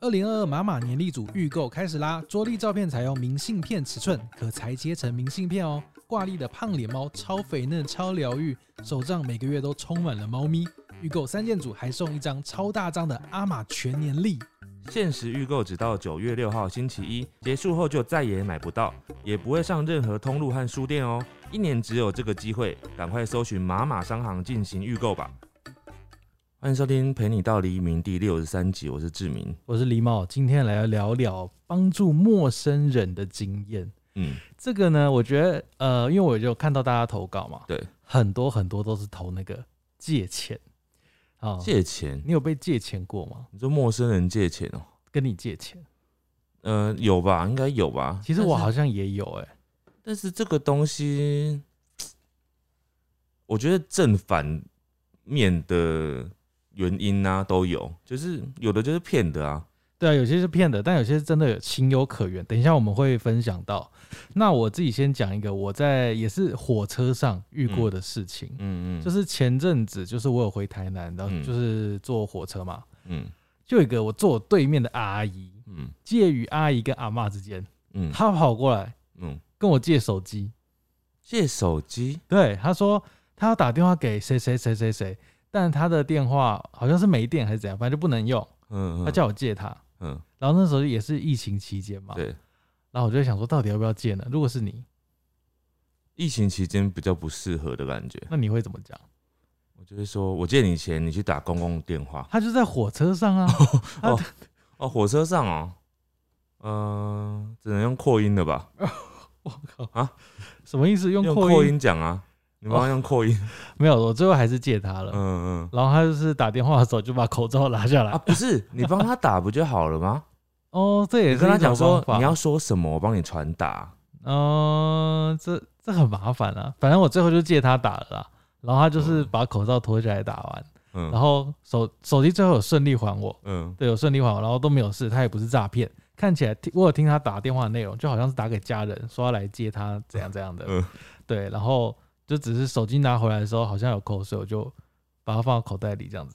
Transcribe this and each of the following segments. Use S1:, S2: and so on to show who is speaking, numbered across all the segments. S1: 二零二二马马年历组预购开始啦！桌历照片采用明信片尺寸，可裁切成明信片哦。挂历的胖脸猫超肥嫩、超疗愈，手账每个月都充满了猫咪。预购三件组还送一张超大张的阿玛全年历。
S2: 限时预购直到九月六号星期一，结束后就再也买不到，也不会上任何通路和书店哦。一年只有这个机会，赶快搜寻马马商行进行预购吧。欢迎收听《陪你到黎明》第六十三集，我是志明。
S1: 我是狸猫，今天来聊聊帮助陌生人的经验。
S2: 嗯，
S1: 这个呢，我觉得呃，因为我有看到大家投稿嘛，
S2: 对，
S1: 很多很多都是投那个借钱啊。
S2: 借钱，
S1: 你有被借钱过吗？
S2: 你说陌生人借钱哦？
S1: 跟你借钱？
S2: 呃，有吧，应该有吧。
S1: 其实我好像也有哎、
S2: 但是这个东西，我觉得正反面的原因呢、都有，就是有的就是骗的啊，
S1: 对啊，有些是骗的，但有些是真的有情有可原。等一下我们会分享到。那我自己先讲一个我在也是火车上遇过的事情，
S2: 嗯嗯，
S1: 就是前阵子就是我有回台南，然后
S2: 嗯
S1: 就是坐火车嘛，
S2: 嗯
S1: 就有一个我坐我对面的阿姨，
S2: 嗯
S1: 介于阿姨跟阿嬷之间，
S2: 嗯
S1: 她跑过来
S2: 嗯，
S1: 跟我借手机，
S2: 借手机，
S1: 对，她说她要打电话给谁谁谁谁谁，但她的电话好像是没电还是怎样，反正就不能用，
S2: 嗯，
S1: 她叫我借她。
S2: 嗯，
S1: 然后那时候也是疫情期间嘛，
S2: 对，
S1: 然后我就在想说，到底要不要借呢？如果是你，
S2: 疫情期间比较不适合的感觉，
S1: 那你会怎么讲？
S2: 我就会说我借你钱，你去打公共电话，
S1: 他就在火车上啊，
S2: 哦，火车上哦，嗯，只能用扩音了吧？
S1: 我靠
S2: 啊，
S1: 什么意思？用
S2: 用
S1: 扩
S2: 扩
S1: 音
S2: 音讲啊，你帮我用扩音，
S1: 没有，我最后还是借他了。
S2: 嗯嗯，
S1: 然后他就是打电话的时候就把口罩拿下来。
S2: 啊，不是，你帮他打不就好了吗？
S1: 哦，这也
S2: 你
S1: 是
S2: 跟他
S1: 一种
S2: 讲说
S1: 方法
S2: 你要，说什么，我帮你传达。
S1: 嗯、这这很麻烦啊。反正我最后就借他打了啦。然后他就是
S2: 嗯
S1: 把口罩脱下来打完，
S2: 嗯，
S1: 然后手手机最后有顺利还我，
S2: 嗯
S1: 对，有顺利还我，然后都没有事，他也不是诈骗。看起来听我有听他打电话的内容，就好像是打给家人，说要来接他怎样怎样的。
S2: 嗯
S1: 对，然后就只是手机拿回来的时候好像有口水，我就把它放到口袋里这样子。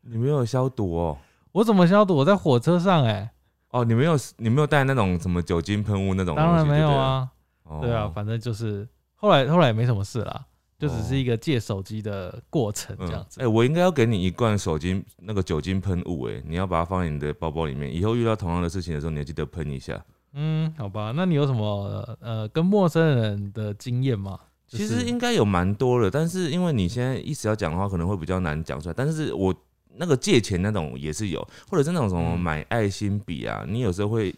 S2: 你没有消毒哦，
S1: 我怎么消毒？我在火车上哎、
S2: 哦，你没有你没有带那种什么酒精喷雾那种东西，
S1: 当然没有啊。
S2: 对不对，
S1: 对啊
S2: 哦，，
S1: 反正就是后来后来也没什么事啦，就只
S2: 哦
S1: 是一个借手机的过程这样子。
S2: 哎、我应该要给你一罐手精那个酒精喷雾，哎，你要把它放在你的包包里面，以后遇到同样的事情的时候，你要记得喷一下。
S1: 嗯，好吧，那你有什么呃跟陌生人的经验吗？就是
S2: 其实应该有蛮多的，但是因为你现在一时要讲的话，可能会比较难讲出来。但是我那个借钱那种也是有，或者是那种什么
S1: 嗯
S2: 买爱心笔啊，你有时候会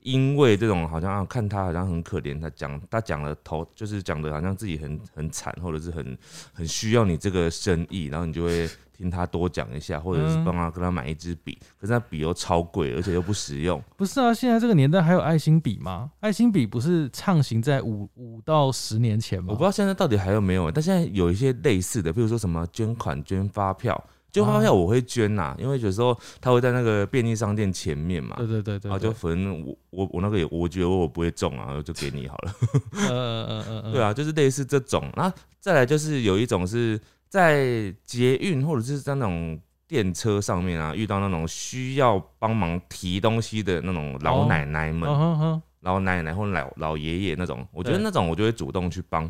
S2: 因为这种好像、啊、看他好像很可怜，他讲他讲了头就是讲的好像自己很很惨，或者是很很需要你这个生意，然后你就会听他多讲一下，或者是
S1: 嗯
S2: 帮他跟他买一支笔，可是那笔又超贵，而且又不实用。
S1: 不是啊，现在这个年代还有爱心笔吗？爱心笔不是畅行在五五到十年前吗？
S2: 我不知道现在到底还有没有，但现在有一些类似的，比如说什么捐款、捐发票，捐发票
S1: 啊
S2: 我会捐呐、因为有时候他会在那个便利商店前面嘛，
S1: 对对对对，
S2: 然后就
S1: 对
S2: 反正我我我那个也我觉得我不会中啊，就给你好了。
S1: 呃呃呃呃，
S2: 对
S1: 啊，
S2: 啊，就是类似这种。那再来就是有一种是在捷运或者是在那种电车上面啊，遇到那种需要帮忙提东西的那种老
S1: 哦
S2: 奶奶们、
S1: 嗯哼哼
S2: 老奶奶或老老爷爷那种，我觉得
S1: 对
S2: 那种我就会主动去帮。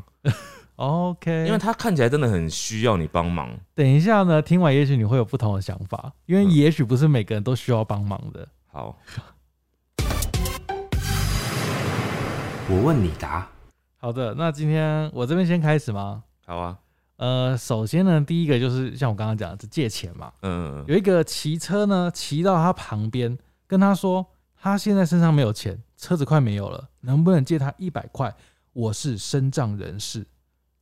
S1: ，OK，
S2: 因为他看起来真的很需要你帮忙。
S1: 等一下呢，听完也许你会有不同的想法，因为
S2: 嗯
S1: 也许不是每个人都需要帮忙的。
S2: 好，
S3: 我问你答。
S1: 好的，那今天我这边先开始吗？
S2: 好啊，
S1: 呃，首先呢，第一个就是像我刚刚讲的，是借钱嘛。
S2: 嗯，
S1: 有一个骑车呢，骑到他旁边，跟他说他现在身上没有钱，车子快没有了，能不能借他一百块？我是身障人士。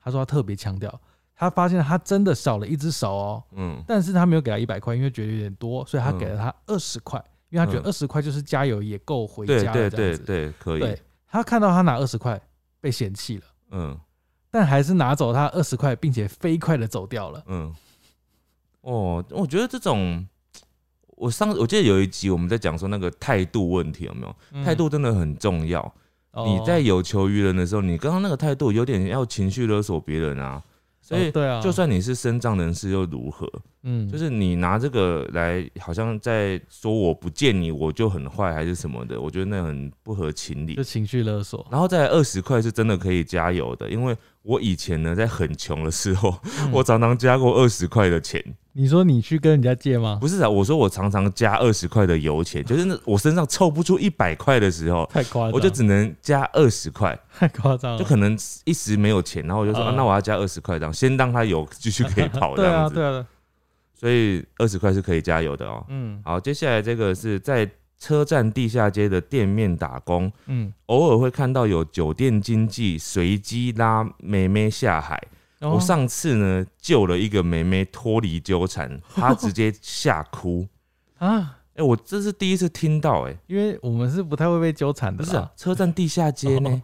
S1: 他说他特别强调，他发现他真的少了一只手哦，
S2: 嗯，
S1: 但是他没有给他一百块，因为觉得有点多，所以他给了他二十块，因为他觉得二十块就是加油也够回
S2: 对
S1: 家
S2: 嗯对
S1: 了这样
S2: 对
S1: 子。
S2: 对，可以，
S1: 对他看到他拿二十块被嫌弃了，
S2: 嗯
S1: 但还是拿走他二十块，并且飞快的走掉了。
S2: 嗯，哦，我觉得这种，我上我记得有一集我们在讲说那个态度问题有没有？嗯态度真的很重要。
S1: 嗯，
S2: 你在
S1: 哦
S2: 有求于人的时候，你刚刚那个态度有点要情绪勒索别人啊。所以
S1: 哦对啊，
S2: 就算你是身障人士又如何？
S1: 嗯，
S2: 就是你拿这个来，好像在说我不见你我就很坏还是什么的，我觉得那很不合情理
S1: 就。情绪勒索，
S2: 然后再二十块是真的可以加油的，因为我以前呢在很穷的时候，
S1: 嗯
S2: 我常常加过二十块的钱。
S1: 你说你去跟人家借吗？
S2: 不是啊，我说我常常加二十块的油钱，就是那我身上凑不出一百块的时候，
S1: 太夸张，
S2: 我就只能加二十块，
S1: 太夸张了，
S2: 就可能一时没有钱，然后我就说、
S1: 嗯
S2: 啊那我要加二十块，这样先当它油继续可以跑 这
S1: 对
S2: 样
S1: 啊，
S2: 子。
S1: 对啊，
S2: 所以二十块是可以加油的哦、
S1: 嗯
S2: 好，接下来这个是在车站地下街的店面打工，
S1: 嗯，
S2: 偶尔会看到有酒店经济随机拉妹妹下海。
S1: 然
S2: 我上次呢救了一个妹妹脱离 纠缠，她直接吓哭。
S1: 啊，
S2: 哎、我这是第一次听到、哎，
S1: 因为我们是不太会被纠缠的
S2: 不
S1: 啦，
S2: 是啊，车站地下街呢？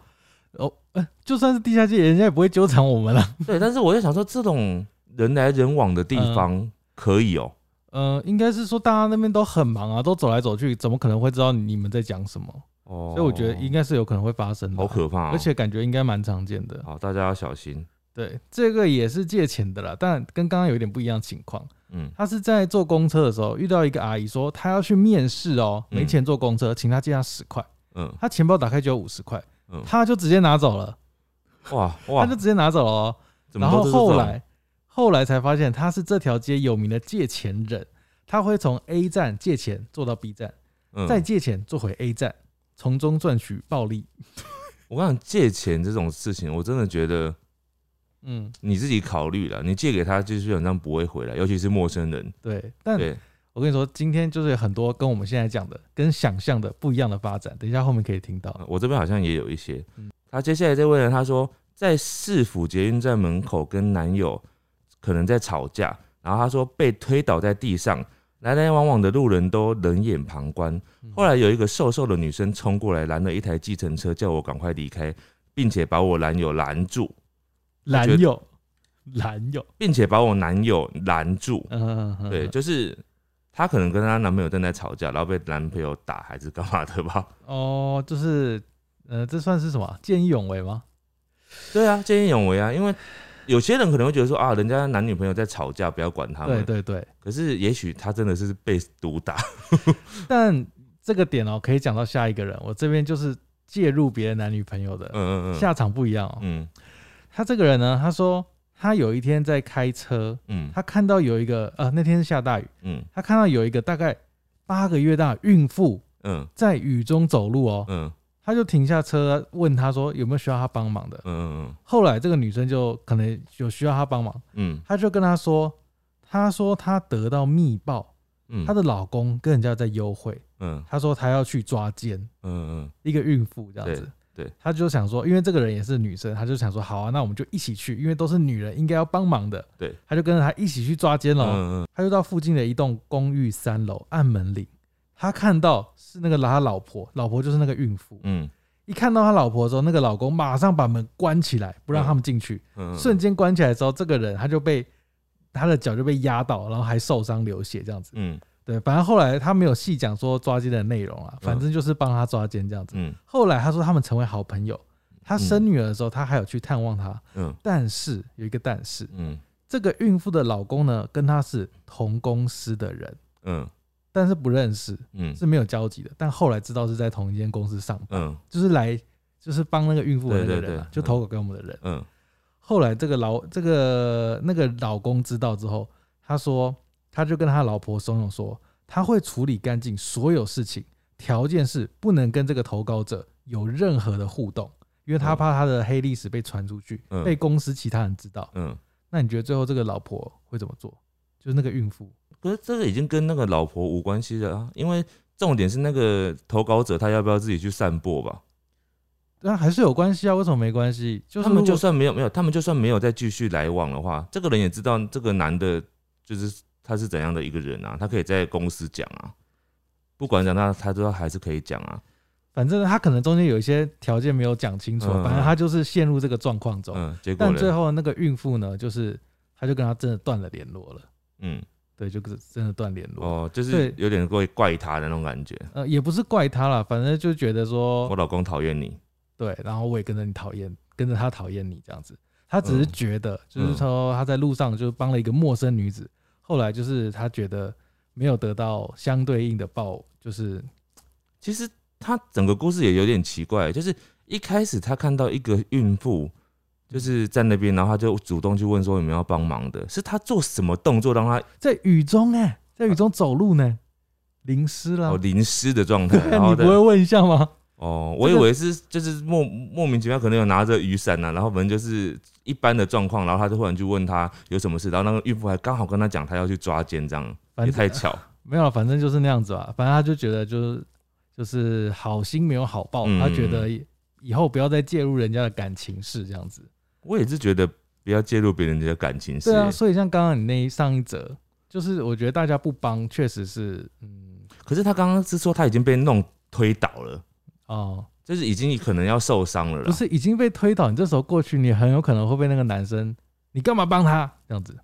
S1: 哦，呃就算是地下界，人家也不会纠缠我们了。
S2: 对，但是我就想说，这种人来人往的地
S1: 嗯
S2: 方可以哦、
S1: 呃，应该是说大家那边都很忙啊，都走来走去，怎么可能会知道你们在讲什么？
S2: 哦，
S1: 所以我觉得应该是有可能会发生的，
S2: 好可怕、哦
S1: 而且感觉应该蛮常见的。
S2: 好，大家要小心。
S1: 对，这个也是借钱的啦，但跟刚刚有一点不一样的情况。
S2: 嗯，
S1: 他是在坐公车的时候遇到一个阿姨说她要去面试哦，
S2: 嗯
S1: 没钱坐公车，请她借她十块。
S2: 嗯，
S1: 她钱包打开只有五十块
S2: 嗯，
S1: 她就直接拿走了，
S2: 哇哇，
S1: 她就直接拿走了哦。
S2: 怎么
S1: 然
S2: 都
S1: 后
S2: 是这
S1: 后
S2: 种
S1: 来后来才发现他是这条街有名的借钱人，他会从 A 站借钱做到 B 站，
S2: 嗯
S1: 再借钱做回 A 站，从中赚取暴利。
S2: 我跟你讲，借钱这种事情，我真的觉得
S1: 嗯，
S2: 你自己考虑了。你借给他，就是基本上不会回来，尤其是陌生人。
S1: 对。但
S2: 对，
S1: 我跟你说，今天就是有很多跟我们现在讲的、跟想象的不一样的发展，等一下后面可以听到。
S2: 呃我这边好像也有一些。他接下来这位呢，他说在市府捷运站门口跟男友可能在吵架，然后他说被推倒在地上，来来往往的路人都冷眼旁观。后来有一个瘦瘦的女生冲过来，拦了一台计程车，叫我赶快离开，并且把我男友拦住，我觉
S1: 男
S2: 得
S1: 友，男友，
S2: 并且把我男友拦住。
S1: 嗯，嗯
S2: 对，，
S1: 嗯
S2: 就是她可能跟她男朋友正在吵架，然后被男朋友打还是干嘛 的吧？
S1: 哦，就是，呃，这算是什么？见义勇为吗？
S2: 对啊，见义勇为啊，因为有些人可能会觉得说啊，人家男女朋友在吵架，不要管他们。
S1: 对对对。
S2: 可是也许他真的是被毒打，
S1: 但这个点哦，可以讲到下一个人。我这边就是介入别人男女朋友的，
S2: 嗯嗯嗯，
S1: 下场不一样哦。
S2: 嗯
S1: 他这个人呢，他说他有一天在开车，
S2: 嗯
S1: 他看到有一个呃，那天是下大雨，
S2: 嗯
S1: 他看到有一个大概八个月大的孕妇
S2: 嗯
S1: 在雨中走路哦，
S2: 嗯
S1: 他就停下车问他说有没有需要他帮忙的。
S2: 嗯
S1: 后来这个女生就可能有需要他帮忙，
S2: 嗯
S1: 他就跟他说，他说他得到密报，
S2: 嗯，
S1: 她的老公跟人家在幽会，
S2: 嗯
S1: 他说他要去抓奸。
S2: 嗯嗯
S1: 一个孕妇这样子。
S2: 对对
S1: 他就想说，因为这个人也是女生，他就想说，好啊，那我们就一起去，因为都是女人，应该要帮忙的。
S2: 对，
S1: 他就跟着他一起去抓奸了。
S2: 嗯
S1: 他就到附近的一栋公寓三楼按门铃，他看到是那个他老婆，老婆就是那个孕妇。
S2: 嗯
S1: 一看到他老婆的时候，那个老公马上把门关起来，不让他们进去。
S2: 嗯，
S1: 瞬间关起来之后，这个人他就被他的脚就被压到，然后还受伤流血这样子。
S2: 嗯
S1: 对，反正后来他没有细讲说抓奸的内容啊，反正就是帮他抓奸这样子。
S2: 嗯
S1: 后来他说他们成为好朋友。他生女儿的时候，他还有去探望她，
S2: 嗯
S1: 但是有一个但是，
S2: 嗯
S1: 这个孕妇的老公呢跟她是同公司的人，
S2: 嗯
S1: 但是不认识，
S2: 嗯
S1: 是没有交集的。但后来知道是在同一间公司上班，
S2: 嗯
S1: 就是来就是帮那个孕妇的那个
S2: 对对
S1: 人、
S2: 对
S1: 啊，就投稿给我们的人。
S2: 嗯
S1: 后来这个老这个那个老公知道之后，他说他就跟他老婆怂恿说，他会处理干净所有事情，条件是不能跟这个投稿者有任何的互动，因为他
S2: 嗯
S1: 怕他的黑历史被传出去，
S2: 嗯
S1: 被公司其他人知道。
S2: 嗯。
S1: 那你觉得最后这个老婆会怎么做？就是那个孕妇，
S2: 可是这个已经跟那个老婆无关系了啊，因为重点是那个投稿者他要不要自己去散播吧？
S1: 但还是有关系啊？为什么没关系？就是
S2: 他们
S1: 如果
S2: 就算没有没有，他们就算没有再继续来往的话，这个人也知道这个男的就是他是怎样的一个人啊，他可以在公司讲啊，不管讲他他都还是可以讲啊，
S1: 反正他可能中间有一些条件没有讲清楚，
S2: 嗯
S1: 反正他就是陷入这个状况中。
S2: 嗯，结果
S1: 但最
S2: 呢，
S1: 后那个孕妇呢，就是她就跟他真的断了联络了，
S2: 嗯，
S1: 对，就是真的断联络。
S2: 哦，就是
S1: 对
S2: 有点会怪他的那种感觉，
S1: 呃，也不是怪他啦，反正就觉得
S2: 我
S1: 说
S2: 老公讨厌你，
S1: 对，然后我也跟着你讨厌，跟着他讨厌你这样子。他只是
S2: 嗯
S1: 觉得，就是说他在路上就帮了一个陌生女子，后来就是他觉得没有得到相对应的报，就是
S2: 其实他整个故事也有点奇怪，就是一开始他看到一个孕妇就是在那边，然后他就主动去问说有没有要帮忙的，是他做什么动作让他
S1: 在雨中哎、在雨中走路呢，淋湿了
S2: 哦。淋湿的状态？然
S1: 啊 你
S2: 后
S1: 不
S2: 再
S1: 会问一下吗？
S2: 哦，我以为是就是莫莫名其妙可能有拿着雨伞啊呐、然后反正就是一般的状况，然后他就忽然去问他有什么事，然后那个孕妇还刚好跟他讲他要去抓奸，这样
S1: 反
S2: 也
S1: 正
S2: 太巧。
S1: 没有，反正就是那样子吧。反正他就觉得就是就是好心没有好报，
S2: 嗯
S1: 他觉得以后不要再介入人家的感情事这样子。
S2: 我也是觉得不要介入别人的感情事
S1: 对
S2: 欸、
S1: 啊，所以像刚刚你那一上一则，就是我觉得大家不帮，确实是嗯
S2: 可是他刚刚是说他已经被弄推倒了，
S1: 哦，
S2: 就是已经可能要受伤了啦。
S1: 不是已经被推倒，你这时候过去，你很有可能会被那个男生，你干嘛帮他这样子？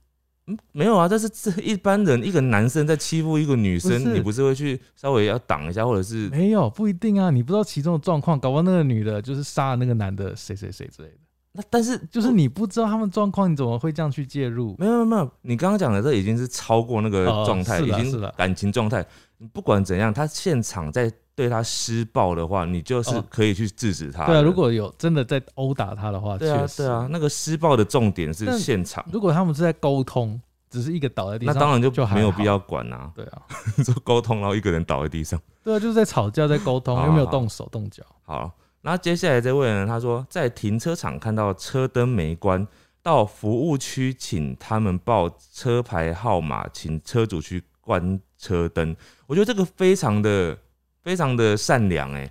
S2: 嗯，没有啊，但是这一般人一个男生在欺负一个女生，
S1: 不是
S2: 你不是会去稍微要挡一下，或者是
S1: 没有，不一定啊，你不知道其中的状况，搞不好那个女的就是杀了那个男的谁谁谁之类的，
S2: 那但是
S1: 就是你不知道他们状况，你怎么会这样去介入？
S2: 没有没有没有，你刚刚讲的这已经是超过那个
S1: 哦
S2: 状态，
S1: 是
S2: 已
S1: 啦是
S2: 经
S1: 啦
S2: 感情状态。你不管怎样，他现场在对他施暴的话，你就是
S1: 哦
S2: 可以去制止他的。
S1: 对啊，如果有真的在殴打他的话，
S2: 对啊
S1: 确实
S2: 对啊，那个施暴的重点
S1: 但
S2: 是现场，
S1: 如果他们是在沟通，只是一个倒在地
S2: 那
S1: 上，
S2: 当然就
S1: 就还
S2: 没有
S1: 好
S2: 必要管啊。
S1: 对啊，
S2: 说沟通，然后一个人倒在地上。
S1: 对啊，就是在吵架，在沟通，
S2: 好
S1: 又没有
S2: 好
S1: 动手动脚。
S2: 好，那接下来这位呢，他说在停车场看到车灯没关，到服务区请他们报车牌号码，请车主去关车灯。我觉得这个非常的非常的善良哎、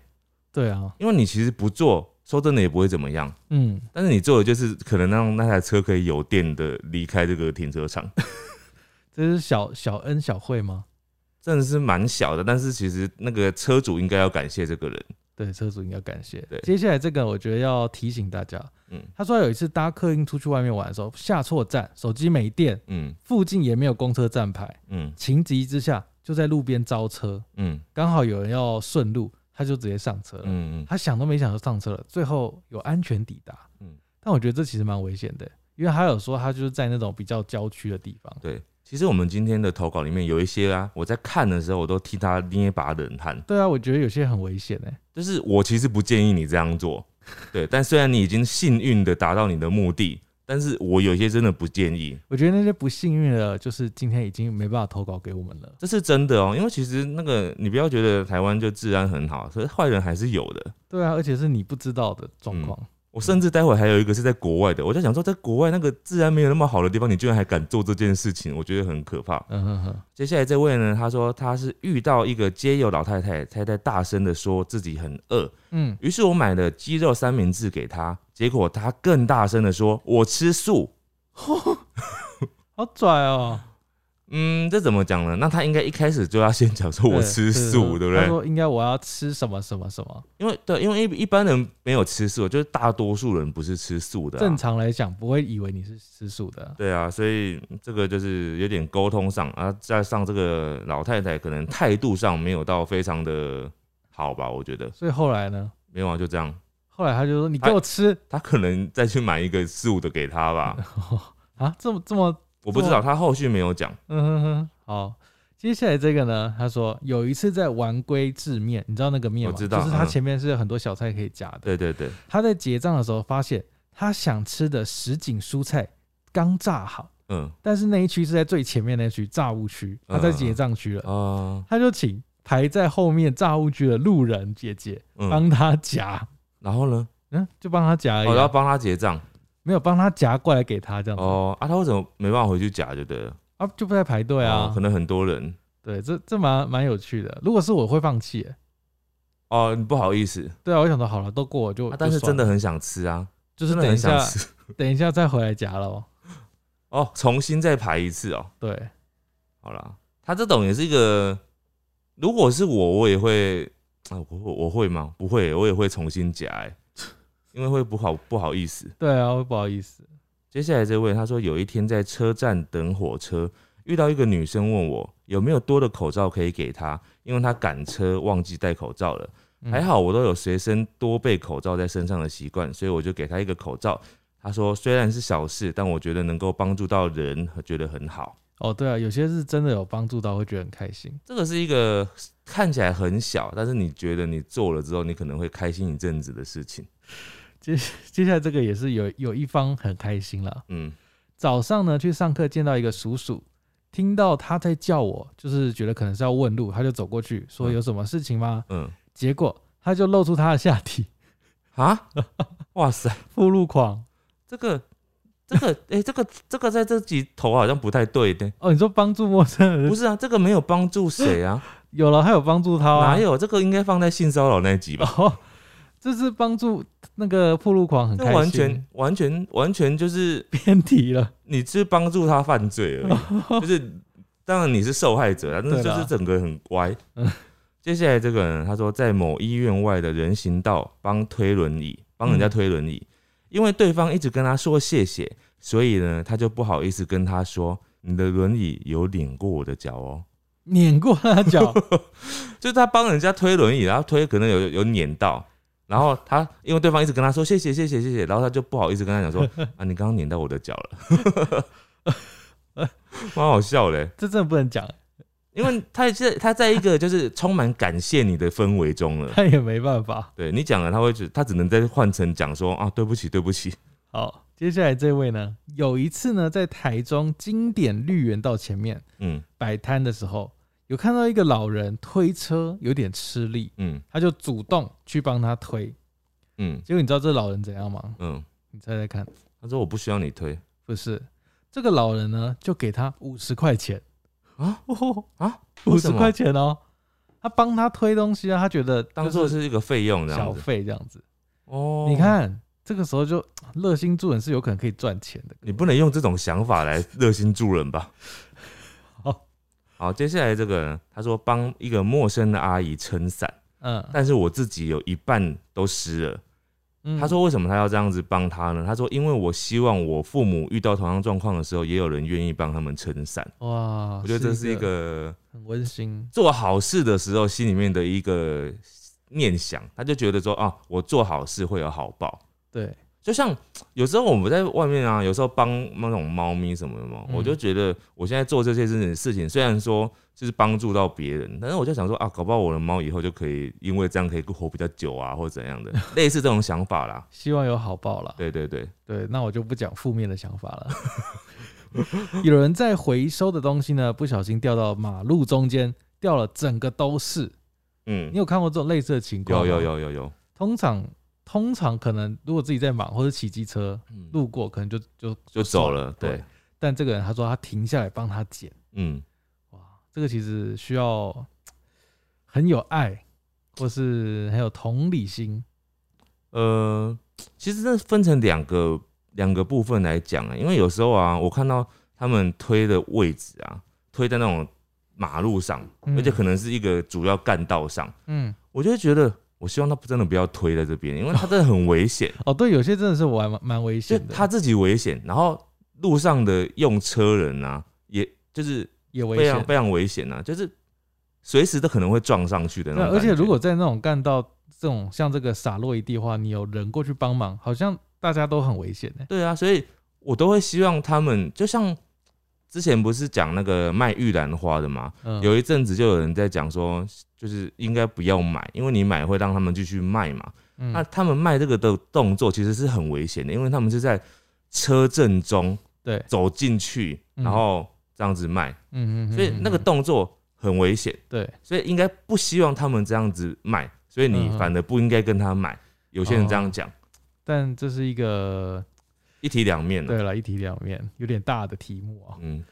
S1: 对啊，
S2: 因为你其实不做，说真的也不会怎么样。
S1: 嗯，
S2: 但是你做的就是可能让那台车可以有电的离开这个停车场，
S1: 这是小小恩小惠吗？
S2: 真的是蛮小的。但是其实那个车主应该要感谢这个人，
S1: 对，车主应该感谢
S2: 对。
S1: 接下来这个，我觉得要提醒大家，
S2: 嗯
S1: 他说他有一次搭客运出去外面玩的时候，下错站，手机没电，
S2: 嗯
S1: 附近也没有公车站牌，
S2: 嗯
S1: 情急之下就在路边招车，
S2: 嗯
S1: 刚好有人要顺路，他就直接上车了。
S2: 嗯嗯，
S1: 他想都没想就上车了，最后有安全抵达。
S2: 嗯
S1: 嗯，但我觉得这其实蛮危险的，因为他有说他就是在那种比较郊区的地方。
S2: 对。其实我们今天的投稿里面有一些啊，我在看的时候我都替他捏把冷汗。
S1: 对啊，我觉得有些很危险哎。
S2: 就是我其实不建议你这样做， 对。但虽然你已经幸运的达到你的目的，但是我有些真的不建议。
S1: 我觉得那些不幸运的，就是今天已经没办法投稿给我们了。
S2: 这是真的哦，因为其实那个你不要觉得台湾就治安很好，所以坏人还是有的。
S1: 对啊，而且是你不知道的状
S2: 嗯
S1: 况。
S2: 我甚至待会还有一个是在国外的，我在想说，在国外那个治安没有那么好的地方，你居然还敢做这件事情，我觉得很可怕。
S1: 嗯哼哼，
S2: 接下来这位呢，他说他是遇到一个街友老太太，她在大声的说自己很饿，
S1: 嗯，
S2: 于是我买了鸡肉三明治给她，结果她更大声的说我吃素。
S1: 好拽哦。
S2: 嗯，这怎么讲呢？那他应该一开始就要先讲 说我吃素，对不
S1: 他
S2: 对？
S1: 说应该我要吃什么什么什么。
S2: 因为对，因为一一般人没有吃素，就是大多数人不是吃素的、啊，
S1: 正。常来讲，不会以为你是吃素的。
S2: 对啊，所以这个就是有点沟通上啊，加上这个老太太可能态度上没有到非常的好吧，我觉得
S1: 所以后来呢？
S2: 没有啊，就这样。
S1: 后来他就说：“你给我吃
S2: 他可能再去买一个素的给他吧，
S1: 啊！”这么这么
S2: 我不知道他后续没有讲。
S1: 嗯哼哼，好。接下来这个呢，他说有一次在玩龟制面，你知道那个面吗？
S2: 我知道
S1: 就是它
S2: 嗯
S1: 前面是有很多小菜可以夹的。
S2: 对对对，
S1: 他在结账的时候发现，他想吃的什锦蔬菜刚炸好，
S2: 嗯
S1: 但是那一区是在最前面那区炸物区，他在结账区了，
S2: 啊，
S1: 他就请排在后面炸物区的路人姐姐
S2: 嗯，
S1: 帮他夹，
S2: 然后呢，
S1: 嗯，就帮他夹而已
S2: 我
S1: 啊、
S2: 要帮他结账
S1: 没有帮他夹过来给他这样子，
S2: 哦啊，他为什么没办法回去夹就对了？
S1: 啊，就不在排队
S2: 哦
S1: 啊
S2: 可，能很多人
S1: 对，这这蛮蛮有趣的。如果是我会放弃、欸
S2: 哦，你不好意思，
S1: 对啊，我想说好了，都过我就，
S2: 啊但是
S1: 就算
S2: 真
S1: 了
S2: 的很想吃啊，
S1: 就是
S2: 真的
S1: 等一
S2: 很
S1: 下
S2: 想，吃
S1: 等一下再回来夹喽。
S2: 哦，重新再排一次哦。
S1: 对，
S2: 好啦，他这种也是一个，如果是我，我也会啊，我我我会吗？不会，我也会重新夹、欸，因为会不好不好意思。
S1: 对啊，我不好意思。
S2: 接下来这位他说，有一天在车站等火车，遇到一个女生问我有没有多的口罩可以给她，因为她赶车忘记戴口罩了。
S1: 嗯
S2: 还好我都有随身多备口罩在身上的习惯，所以我就给她一个口罩。他说虽然是小事，但我觉得能够帮助到人，觉得很好。
S1: 哦，对啊，有些是真的有帮助到，会觉得很开心。
S2: 这个是一个看起来很小，但是你觉得你做了之后，你可能会开心一阵子的事情。
S1: 接接下来这个也是有有一方很开心了。
S2: 嗯，
S1: 早上呢去上课见到一个叔叔，听到他在叫我，就是觉得可能是要问路，他就走过去说
S2: 嗯
S1: 有什么事情吗？
S2: 嗯
S1: 结果他就露出他的下体，
S2: 啊，哇塞，
S1: 附录狂。
S2: 这个这个 哎、这个这个在这集头好像不太对的。
S1: 哦，你说帮助陌生人
S2: 不是啊，这个没有帮助谁 啊？
S1: 有了，还有帮助他、啊，
S2: 哪有这个应该放在性骚扰那一集吧？
S1: 哦，这是帮助那个铺路狂很
S2: 这
S1: 开心，
S2: 完全完全完全就是
S1: 偏题了。
S2: 你是帮助他犯罪而 已，就是当然你是受害者啊，但是
S1: 对
S2: 就
S1: 啦
S2: 是整个很乖
S1: 嗯。
S2: 接下来这个人他说，在某医院外的人行道帮推轮椅，帮
S1: 嗯
S2: 人家推轮椅，因为对方一直跟他说谢谢，所以呢他就不好意思跟他说你的轮椅有碾过我的脚哦，
S1: 碾过他的脚，
S2: 就是他帮人家推轮椅，然后推可能有有碾到。然后他因为对方一直跟他说谢谢谢谢谢谢，然后他就不好意思跟他讲说啊你刚刚碾到我的脚了， 蛮好笑嘞、
S1: 这真的不能讲，
S2: 因为他是他在一个就是充满感谢你的氛围中了。
S1: 他也没办法。
S2: 对你讲了，他会只他只能再换成讲说啊，对不起，对不起。
S1: 好，接下来这位呢，有一次呢，在台中经典绿园道前面
S2: 嗯
S1: 摆摊的时候，有看到一个老人推车有点吃力，
S2: 嗯
S1: 他就主动去帮他推。
S2: 嗯
S1: 结果你知道这老人怎样吗？
S2: 嗯，
S1: 你猜猜看，
S2: 他说我不需要你推
S1: 不是这个老人呢，就给他五十块钱。
S2: 啊，
S1: 哦
S2: 啊，
S1: 五
S2: 为什
S1: 十
S2: 么
S1: 块钱哦，他帮他推东西啊，他觉得
S2: 当
S1: 做
S2: 做是一个费用这
S1: 小
S2: 样子。
S1: 费这样子。
S2: 哦，
S1: 你，看这个时候就热心助人是有可能可以赚钱的。
S2: 你不能用这种想法来热心助人 吧？哦
S1: 好，
S2: 好，接下来这个他说帮一个陌生的阿姨撑伞，
S1: 嗯，
S2: 但是我自己有一半都湿了。
S1: 嗯
S2: 他说为什么他要这样子帮他呢？他说因为我希望我父母遇到同样状况的时候，也有人愿意帮他们撑伞。
S1: 哇，
S2: 我觉得这哦是一
S1: 一
S2: 个
S1: 很温馨。
S2: 做好事的时候心里面的一个念想，他就觉得说啊，我做好事会有好报。
S1: 对，
S2: 就像有时候我们在外面啊，有时候帮那种猫咪什么的嘛，
S1: 嗯
S2: 我就觉得我现在做这些事情事情，虽然说就是帮助到别人，但是我就想说啊，搞不好我的猫以后就可以因为这样可以活比较久啊，或者怎样的，类似这种想法啦。
S1: 希望有好报啦。
S2: 对对对，
S1: 对，那我就不讲负面的想法了。 有人在回收的东西呢，不小心掉到马路中间，掉了整个都是。
S2: 嗯
S1: 你，有看过这种类似的情况？
S2: 有有。有有有，
S1: 通常通常可能如果自己在忙或者骑机车
S2: 嗯
S1: 路过，可能就就
S2: 就走了，
S1: 对
S2: 对，
S1: 但这个人他说他停下来帮他捡，
S2: 嗯，
S1: 哇，这个其实需要很有爱，或是很有同理心。
S2: 呃，其实这分成两个两个部分来讲啊，因为有时候啊，我看到他们推的位置啊，推在那种马路上，
S1: 嗯
S2: 而且可能是一个主要干道上，
S1: 嗯，
S2: 我就会觉得，我希望他真的不要推在这边，因 为他真的很危险，
S1: 哦，对，有些真的是玩蛮蛮危
S2: 就
S1: 险的，
S2: 他自己危险，然后路上的用车人啊，也就是
S1: 也危
S2: 非常
S1: 险。
S2: 非常危险啊，就是随时都可能会撞上去的那
S1: 对，啊
S2: 种感
S1: 而
S2: 觉。
S1: 且如果在那种干道这种像这个洒落一地的话，你有人过去帮忙，好像大家都很危险呢、
S2: 对啊，所以我都会希望他们，就像之前不是讲那个卖玉兰花的嘛，
S1: 嗯，
S2: 有一阵子就有人在讲说，就是应该不要买，因为你买会让他们继续卖嘛。
S1: 嗯
S2: 那他们卖这个的动作其实是很危险的，因为他们是在车阵中
S1: 对，
S2: 走进去，
S1: 嗯
S2: 然后这样子卖，
S1: 嗯嗯嗯，
S2: 所以那个
S1: 嗯
S2: 动作很危险，
S1: 对，
S2: 所以应该不希望他们这样子卖，所以你
S1: 嗯嗯
S2: 反而不应该跟他买。有些人这
S1: 哦
S2: 样讲，
S1: 但这是一个
S2: 一体两面了。
S1: 对了，一体两面，有点大的题目啊、
S2: 嗯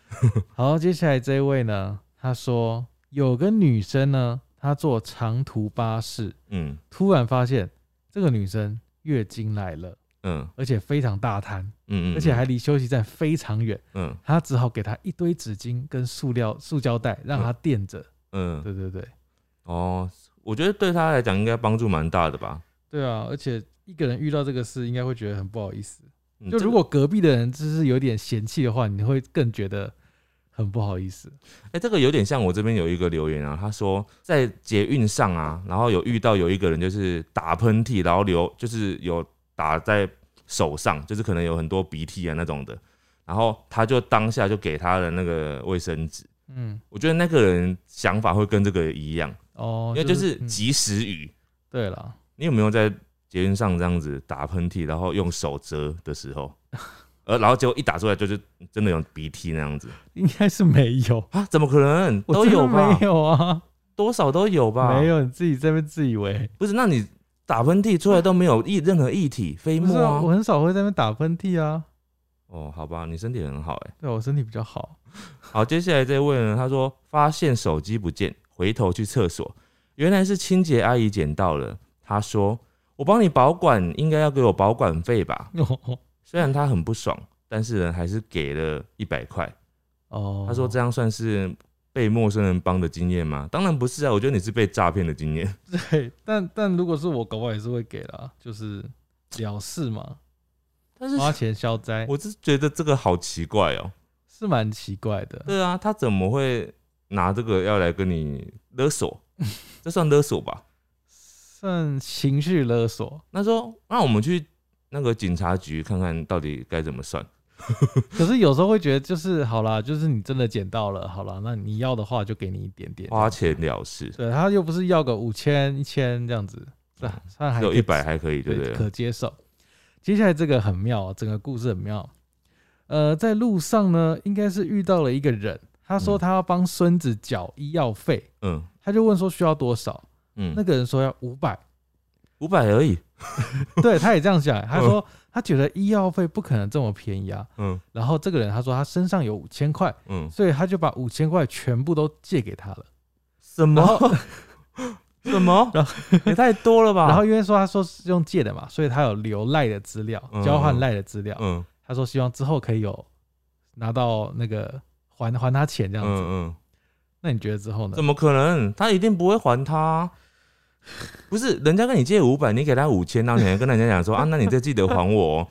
S1: 好，接下来这一位呢，他说有个女生呢，她坐长途巴士，
S2: 嗯
S1: 突然发现这个女生月经来了，
S2: 嗯
S1: 而且非常大滩，
S2: 嗯嗯，
S1: 而且
S2: 嗯
S1: 还离休息站非常远，
S2: 嗯
S1: 她只好给她一堆纸巾跟塑料塑胶袋让她垫着。
S2: 嗯
S1: 对对对，
S2: 哦，我觉得对他来讲应该帮助蛮大的吧。
S1: 对啊，而且一个人遇到这个事，应该会觉得很不好意思。
S2: 嗯
S1: 就
S2: 这
S1: 如
S2: 个
S1: 果隔壁的人就是有点嫌弃的话，你会更觉得很不好意思。
S2: 哎、这个有点像我这边有一个留言啊，他说在捷运上啊，然后有遇到有一个人就是打喷嚏，然后流就是有打在手上，就是可能有很多鼻涕啊那种的。然后他就当下就给他的那个卫生纸，
S1: 嗯，
S2: 我觉得那个人想法会跟这个一样，
S1: 哦
S2: 因，为就是
S1: 嗯
S2: 及时雨。
S1: 对了，
S2: 你有没有在捷运上这样子打喷嚏，然后用手遮的时候，呃，然后结果一打出来就是真的有鼻涕那样子
S1: 应该是没有，
S2: 啊？怎么可能？
S1: 我
S2: 都
S1: 真的
S2: 有吧
S1: 没，有啊，
S2: 多少都有吧？
S1: 没有，你自己在那边自以为。
S2: 不是，那你打喷嚏出来都没有液任何液体飞
S1: 不是
S2: 沫
S1: 啊、
S2: 啊
S1: 我？很少会在那边打喷嚏啊，
S2: 哦，好吧，你身体很好哎、
S1: 对啊我身体比较好。
S2: 好，接下来这位呢，他说发现手机不见，回头去厕所，原来是清洁阿姨捡到了。他说：“我帮你保管，应该要给我保管费吧
S1: 哦？”
S2: 虽然他很不爽，但是呢，还是给了一百块。
S1: 哦，
S2: 他说：“这样算是被陌生人帮的经验吗？”当然不是啊，我觉得你是被诈骗的经验。
S1: 对，但但如果是我，搞不好也是会给啦，就是了事嘛，
S2: 但 是
S1: 花钱消灾
S2: 我是觉得这个好奇怪哦、
S1: 是蛮奇怪的。
S2: 对啊，他怎么会拿这个要来跟你 勒索？这算勒索吧？
S1: 算情绪勒索，
S2: 他说：“那我们去那个警察局看看到底该怎么算。
S1: 可是有时候会觉得就是好啦，就是你真的捡到了，好啦，那你要的话就给你一点点，
S2: 花钱了事，
S1: 对他又不是要个五千一千这样子，是吧？他还
S2: 只有
S1: 可以
S2: 一百还可以，对不
S1: 对，
S2: 对？
S1: 可接受。接下来这个很妙哦，整个故事很妙。呃，在路上呢，应该是遇到了一个人，他说
S2: 嗯
S1: 他要帮孙子缴医药费，
S2: 嗯
S1: 他就问说需要多少，那
S2: 嗯，
S1: 个人说要五百，
S2: 五百而已。
S1: 对，他也这样
S2: 哦
S1: 想，他说他觉得医药费不可能这么便宜啊。
S2: 嗯
S1: 然后这个人他说他身上有五千块，
S2: 嗯，
S1: 所以他就把五千块全部都借给他了。
S2: 什
S1: 然
S2: 么
S1: 后，
S2: 什 么
S1: 然？
S2: 也太多了吧？
S1: 然后因为说他说是用借的嘛，所以他有留赖的资料，
S2: 嗯
S1: 交换赖的资料。
S2: 嗯
S1: 他说希望之后可以有拿到那个还还他钱这
S2: 嗯
S1: 样子。
S2: 嗯，
S1: 那你觉得之后呢
S2: 怎？么可能？他一定不会还他啊。不是，人家跟你借五百，你给他五千，然后你还跟人家讲说啊，那你再记得还我、哦，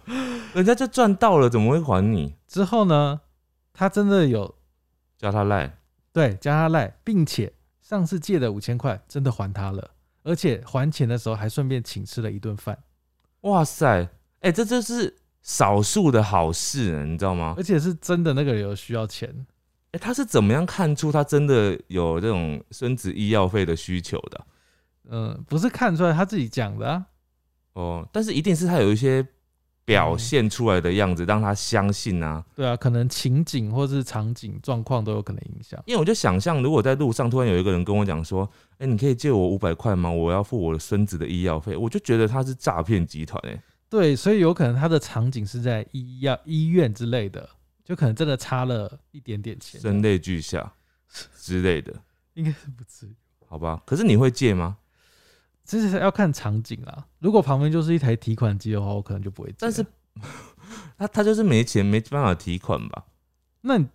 S2: 人家就赚到了，怎么会还你？
S1: 之后呢？他真的有
S2: 叫他赖，
S1: 对加他赖，并且上次借的五千块真的还他了，而且还钱的时候还顺便请吃了一顿饭，
S2: 哇塞，哎、这就是少数的好事，你知道吗？
S1: 而且是真的那个人有需要钱。
S2: 哎、他是怎么样看出他真的有这种生殖医药费的需求的啊？
S1: 嗯，不是看出来他自己讲的啊。
S2: 哦，但是一定是他有一些表现出来的样子，让他相信啊。
S1: 对啊，可能情景或是场景状况都有可能影响。
S2: 因为我就想象，如果在路上突然有一个人跟我讲说：“哎、你可以借我五百块吗？我要付我的孙子的医药费。”我就觉得他是诈骗集团哎、
S1: 对，所以有可能他的场景是在医药医院之类的，就可能真的差了一点点钱，
S2: 声泪俱下之类的，
S1: 应该是不至于。
S2: 好吧？可是你会借吗？
S1: 这是要看场景啦。如果旁边就是一台提款机的话，我可能就不会接。啊
S2: 但是 他他就是没钱，没办法提款吧？
S1: 那你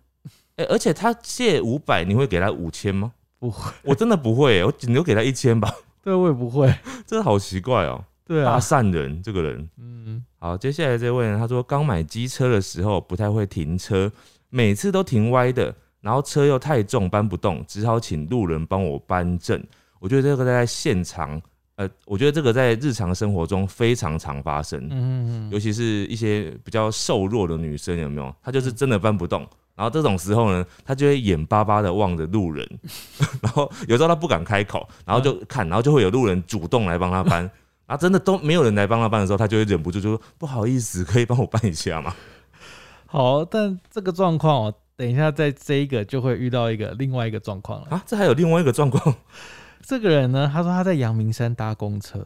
S2: 哎、而且他借五百，你会给他五千吗？
S1: 不会，
S2: 我真的不会、欸，我顶多给他一千吧。
S1: 对我也不会。
S2: 真的好奇怪哦、
S1: 对啊
S2: 大，善人这个人。
S1: 嗯，
S2: 好，接下来这位呢，他说刚买机车的时候不太会停车，每次都停歪的，然后车又太重搬不动，只好请路人帮我搬正。我觉得这个在现场，呃，我觉得这个在日常生活中非常常发生，
S1: 嗯嗯
S2: 尤
S1: 嗯，
S2: 其是一些比较瘦弱的女生，有没有？她就是真的搬不动。然后这种时候呢，她就会眼巴巴的望着路 人，然后有时候她不敢开口，然后就看，然后就会有路人主动来帮她搬。然后真的都没有人来帮她搬的时候，她就会忍不住就说：“不好意思，可以帮我搬一下吗
S1: 好，但这个状况哦，等一下在这一个就会遇到一个另外一个状况？”了。
S2: 啊，这还有另外一个状况，
S1: 这个人呢，他说他在阳明山搭公车，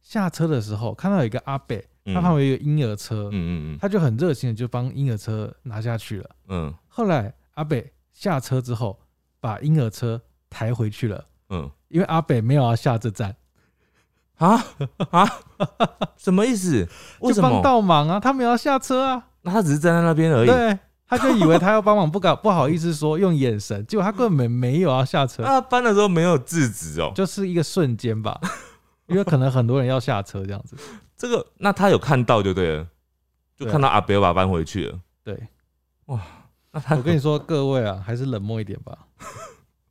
S1: 下车的时候看到有一个阿伯，
S2: 嗯
S1: 他旁边有一个婴儿车，
S2: 嗯嗯
S1: 他就很热情的就帮婴儿车拿下去了。
S2: 嗯
S1: 后来阿北下车之后，把婴儿车抬回去了，
S2: 嗯
S1: 因为阿北没有要下这站，
S2: 嗯啊啊， 什么意思？为
S1: 就
S2: 什
S1: 帮
S2: 么？
S1: 倒忙啊，他没有要下车啊，
S2: 那他只是站在那边而已。
S1: 对，他就以为他要帮忙，不敢不好意思说，用眼神，结果他根本没有要下车，
S2: 那他搬的时候没有制止哦，
S1: 就是一个瞬间吧，因为可能很多人要下车这样子，
S2: 这个，那他有看到就对了，就
S1: 对啊
S2: 看到阿北把他搬回去了。
S1: 对。
S2: 那他
S1: 我跟你说，各位啊，还是冷漠一点吧。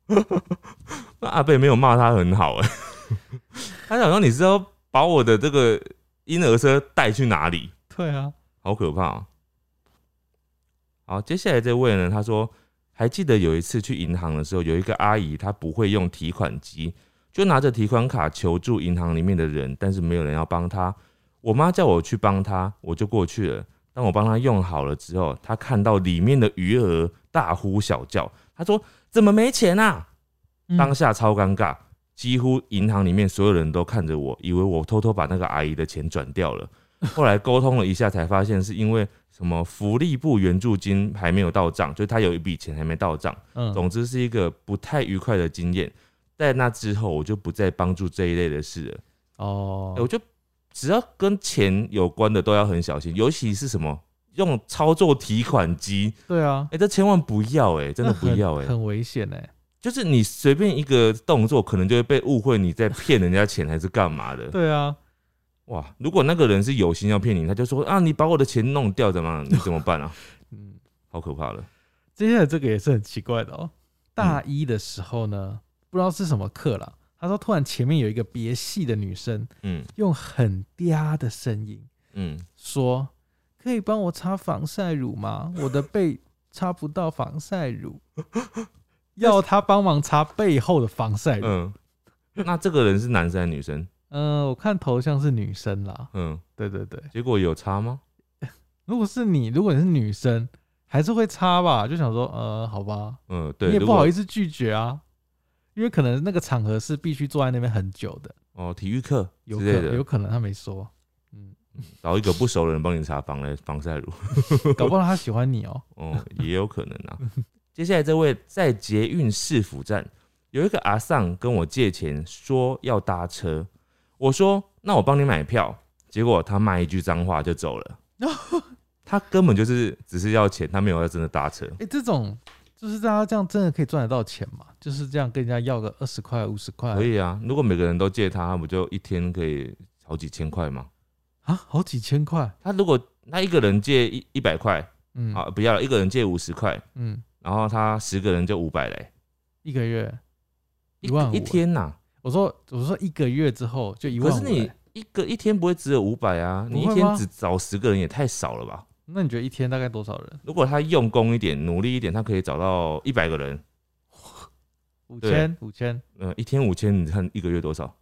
S2: 那阿北没有骂他很好 哎、他想说你是要把我的这个婴儿车带去哪里？
S1: 对啊，
S2: 好可怕、哦。好，接下来这位呢，他说还记得有一次去银行的时候，有一个阿姨她不会用提款机，就拿着提款卡求助银行里面的人，但是没有人要帮她。我妈叫我去帮她，我就过去了。当我帮她用好了之后，她看到里面的余额，大呼小叫，她说：“怎么没钱啊？”
S1: 嗯
S2: 当下超尴尬，几乎银行里面所有人都看着我，以为我偷偷把那个阿姨的钱转 掉了。后来沟通了一下，才发现是因为什么福利部援助金还没有到账，就是他有一笔钱还没到账。
S1: 嗯，
S2: 总之是一个不太愉快的经验。在那之后，我就不再帮助这一类的事了。欸我
S1: 哦，
S2: 就只要跟钱有关的都要很小心，尤其是什么用操作提款机，
S1: 对啊
S2: 哎、，这千万不要哎、真的
S1: 那
S2: 不
S1: 很
S2: 要哎、
S1: 很危险哎。
S2: 就是你随便一个动作，可能就会被误会你在骗人家钱还是干嘛的。
S1: 对啊，
S2: 哇，如果那个人是有心要骗你，他就说啊，你把我的钱弄掉怎 么？你怎么办啊？
S1: 嗯，
S2: 好可怕了。
S1: 接下来这个也是很奇怪的哦。大
S2: 嗯
S1: 一的时候呢，不知道是什么课啦，他说突然前面有一个别系的女生，
S2: 嗯
S1: 用很嗲的声音
S2: 嗯，
S1: 说：“可以帮我擦防晒乳吗？我的背擦不到防晒 乳。”要他帮忙擦背后的防晒乳。
S2: 嗯，那这个人是男生还是女生？
S1: 嗯、我看头像是女生啦。
S2: 嗯，
S1: 对对对，
S2: 结果有差吗？
S1: 如果是你，如果你是女生，还是会擦吧，就想说，呃，好吧，
S2: 嗯，
S1: 你
S2: 对，
S1: 也
S2: 如
S1: 不好
S2: 果
S1: 意思拒绝啊，因为可能那个场合是必须坐在那边很久的，
S2: 哦，体育课之
S1: 有可
S2: 类
S1: 有
S2: 的，
S1: 可能他没说， 嗯，
S2: 找一个不熟的人帮你擦防晒防晒乳，
S1: 搞不好他喜欢你哦、
S2: 哦，也有可能啊。接下来这位在捷运市府站有一个阿丧跟我借钱，说要搭车，我说那我帮你买票，结果他骂一句脏话就走 了。他根本就是只是要钱，他没有要真的搭车。
S1: 哎、这种就是大家这样真的可以赚得到钱嘛？就是这样跟人家要个二十块、五十块
S2: 可以啊，如果每个人都借他，不就一天可以好几千块吗？
S1: 啊，好几千块，
S2: 他如果他一个人借一一百块
S1: 嗯
S2: 啊，不要了，一个人借五十块，
S1: 嗯，
S2: 然后他十个人就五百嘞，
S1: 一个月一
S2: 一
S1: 万五
S2: 一，天呐、
S1: 我说我说一个月之后就一
S2: 可
S1: 万五、欸
S2: 是你一个一天不会只有五百啊，
S1: 不
S2: 你
S1: 会
S2: 一
S1: 吗
S2: 天只找十个人也太少了吧？
S1: 那你觉得一天大概多少人？
S2: 如果他用功一点，努力一点，他可以找到一百个人。
S1: 五
S2: 对
S1: 千，五千，
S2: 嗯、一天五千，你看一个月多少？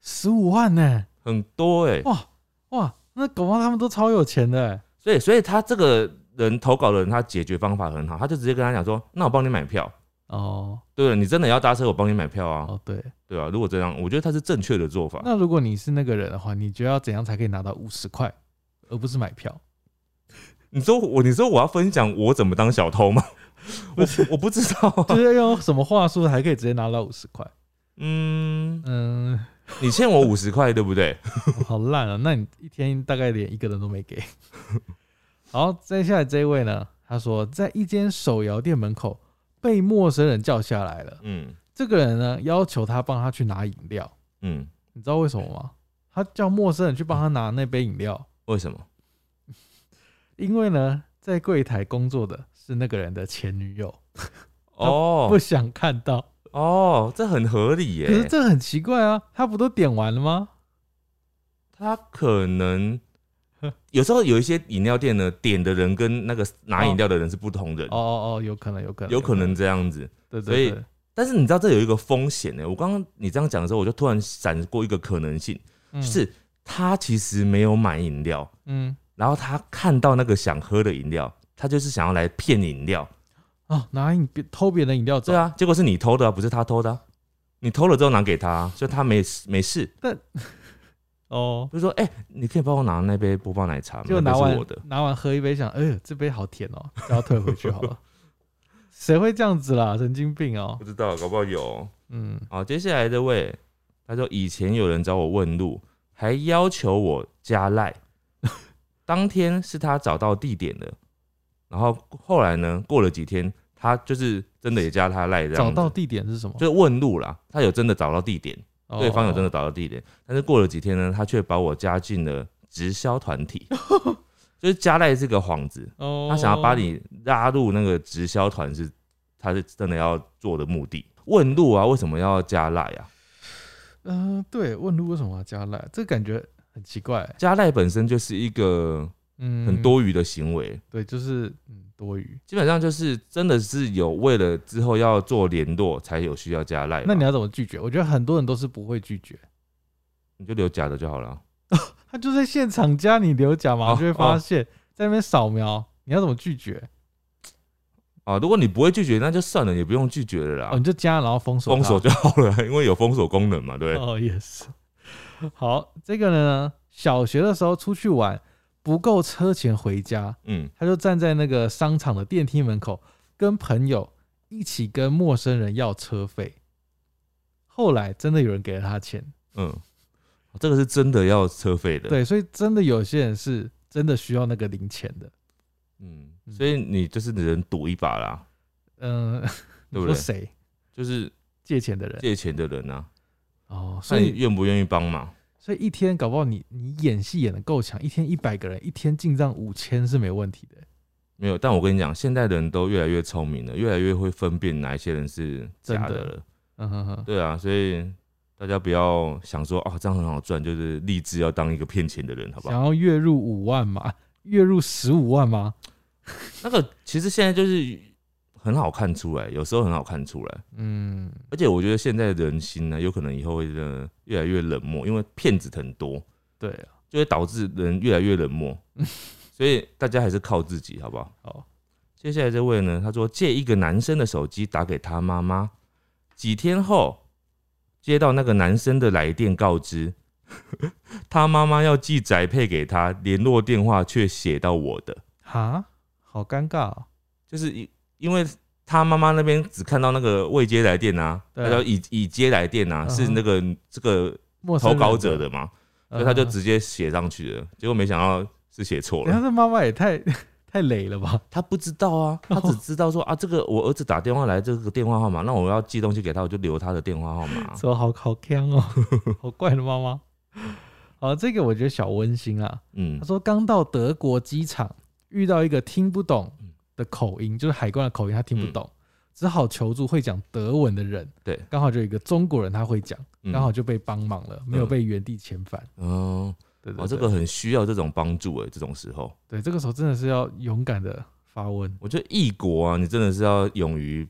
S1: 十五万呢、
S2: 很多哎、
S1: 哇哇，那狗猫他们都超有钱的、欸，
S2: 所以，所以他这个人投稿的人，他解决方法很好，他就直接跟他讲说：“那我帮你买票。
S1: 哦”
S2: 对了，你真的要搭车，我帮你买票啊，
S1: 哦对，
S2: 对啊，如果这样，我觉得他是正确的做法。
S1: 那如果你是那个人的话，你觉得要怎样才可以拿到五十块，而不是买 票？
S2: 你说我，你说我要分享我怎么当小偷 吗？我我不知道、啊
S1: 就。是要用什么话术才可以直接拿到五十块？
S2: 嗯，
S1: 嗯，
S2: 你欠我五十块，对不对？
S1: 我好烂啊！那你一天大概连一个人都没给。 好，接下来这一位呢，他说在一间手摇店门口被陌生人叫下来了，
S2: 嗯
S1: 这个人呢要求他帮他去拿饮料，
S2: 嗯，
S1: 你知道为什么吗？他叫陌生人去帮他拿那杯饮料，
S2: 为什么？
S1: 因为呢，在柜台工作的是那个人的前女友，
S2: 哦，
S1: 不想看到。
S2: 哦，这很合理
S1: 可是
S2: 耶。
S1: 这很奇怪啊，他不都点完了吗？
S2: 他可能有时候有一些饮料店呢，点的人跟那个拿饮料的人是不同人，
S1: 哦哦哦，有可能，有可能，
S2: 有可能，这样子。
S1: 对
S2: 所
S1: 对
S2: 以
S1: 对，
S2: 但是你知道这有一个风险呢。我刚刚你这样讲的时候，我就突然闪过一个可能性，
S1: 嗯
S2: 就是他其实没有买饮料，
S1: 嗯
S2: 然后他看到那个想喝的饮料，他就是想要来骗饮料。
S1: 哦，拿饮别偷别人的饮料走
S2: 对，啊，结果是你偷的、啊，不是他偷的啊、你偷了之后拿给他啊、所以他没没事。
S1: 哦，
S2: 就说：“哎、你可以帮我拿那杯波霸奶茶吗？
S1: 就拿
S2: 啊那杯
S1: 完
S2: 是我的。
S1: 拿完喝一杯，想，哎、呦，这杯好甜哦，然后退回去好了。谁会这样子啦？神经病哦
S2: 不。知道，搞不好有。
S1: 嗯，
S2: 好，接下来这位，他说以前有人找我问路，还要求我加赖。 当天是他找到地点了，然后后来呢，过了几天，他就是真的也加他赖，这样
S1: 找
S2: 子
S1: 到地点是什么？
S2: 就是问路啦。他有真的找到地点，
S1: 哦
S2: 对方有真的找到地点，但是过了几天呢，他却把我加进了直销团 体，就是加赖是个幌子。
S1: 哦，
S2: 他想要把你拉入那个直销团是，他是真的要做的目的。问路啊，为什么要加赖啊？
S1: 呃嗯、对，问路为什么要加赖？这感觉很奇怪、
S2: 加赖本身就是一个
S1: 嗯
S2: 很多余的行为。
S1: 对，就是嗯多余。
S2: 基本上就是真的是有为了之后要做联络才有需要加赖吧，
S1: 那你要怎么拒绝？我觉得很多人都是不会拒绝，
S2: 你就留假的就好了。
S1: 他就在现场加你留讲嘛，
S2: 哦
S1: 就会发现、在那边扫描，你要怎么拒绝？
S2: 啊，如果你不会拒绝，那就算了，也不用拒绝了啦，
S1: 哦，你就加，然后封锁它，
S2: 啊封锁就好了， 因为有封锁功能嘛，对不对。
S1: 哦，也是。好，这个呢，小学的时候出去玩，不够车钱回家，
S2: 嗯，
S1: 他就站在那个商场的电梯门口，跟朋友一起跟陌生人要车费。后来真的有人给了他钱，
S2: 嗯，这个是真的要车费的。，
S1: 对，所以真的有些人是真的需要那个零钱的。
S2: 嗯，
S1: 嗯
S2: 所以你就是只能赌一把啦，
S1: 嗯， 你
S2: 对不
S1: 说
S2: 对
S1: 谁
S2: 就是
S1: 借钱的人？
S2: 借钱的人啊，
S1: 哦，所
S2: 看你
S1: 以
S2: 愿不愿意帮嘛。
S1: 所以一天搞不好你你演戏演的够强，一天一百个人，一天进账五千是没问题的。
S2: 没有，但我跟你讲，现在的人都越来越聪明了，越来越会分辨哪一些人是假
S1: 真
S2: 的
S1: 的
S2: 了。
S1: 嗯哼哼，
S2: 对啊，所以大家不要想说啊，这样很好赚，就是立志要当一个骗钱的人，好不好？
S1: 想要月入五万嘛， 月入十五万吗？
S2: 那个其实现在就是很好看出来，有时候很好看出来，
S1: 嗯，
S2: 而且我觉得现在的人心呢，有可能以后会真的越来越冷漠，因为骗子很多，
S1: 对啊，
S2: 就会导致人越来越 冷漠，所以大家还是靠自己，好不好？
S1: 好，
S2: 接下来这位呢，他说借一个男生的手机打给他妈妈，几天后接到那个男生的来电告知， 他妈妈要寄宅配给他，联络电话却写到我的，
S1: 哈，好尴尬、哦。
S2: 就是因因为他妈妈那边只看到那个未接来电啊，
S1: 对啊
S2: 他叫已已接来电啊，
S1: 嗯哼
S2: 是那个这个
S1: 陌生
S2: 投
S1: 人啊
S2: 稿者的，嘛，
S1: 嗯
S2: 所以他就，直接写上去了，结果没想到是写错
S1: 人家
S2: 了，
S1: 这妈妈也太 太累了吧？
S2: 他不知道 啊，他只知道说啊，这个我儿子打电话来这个电话号码，那我要寄东西给他，我就留他的电话号码 啊。
S1: 手好好呛哦， 好怪的妈妈。好，这个我觉得小温馨啊。
S2: 嗯
S1: 他，说刚到德国机场，遇到一个听不懂的口音，就是海关的口音，他听不懂，只好求助会讲德文的人。
S2: 嗯对
S1: 刚好就有一个中国人他会讲，
S2: 嗯
S1: 刚好就被帮忙了，没有被原地遣返。哦
S2: 嗯，
S1: 对对
S2: 我
S1: 对
S2: 这个很需要这种帮助诶，这种时候，
S1: 对，这个时候真的是要勇敢的发问。
S2: 我觉得异国啊，你真的是要勇于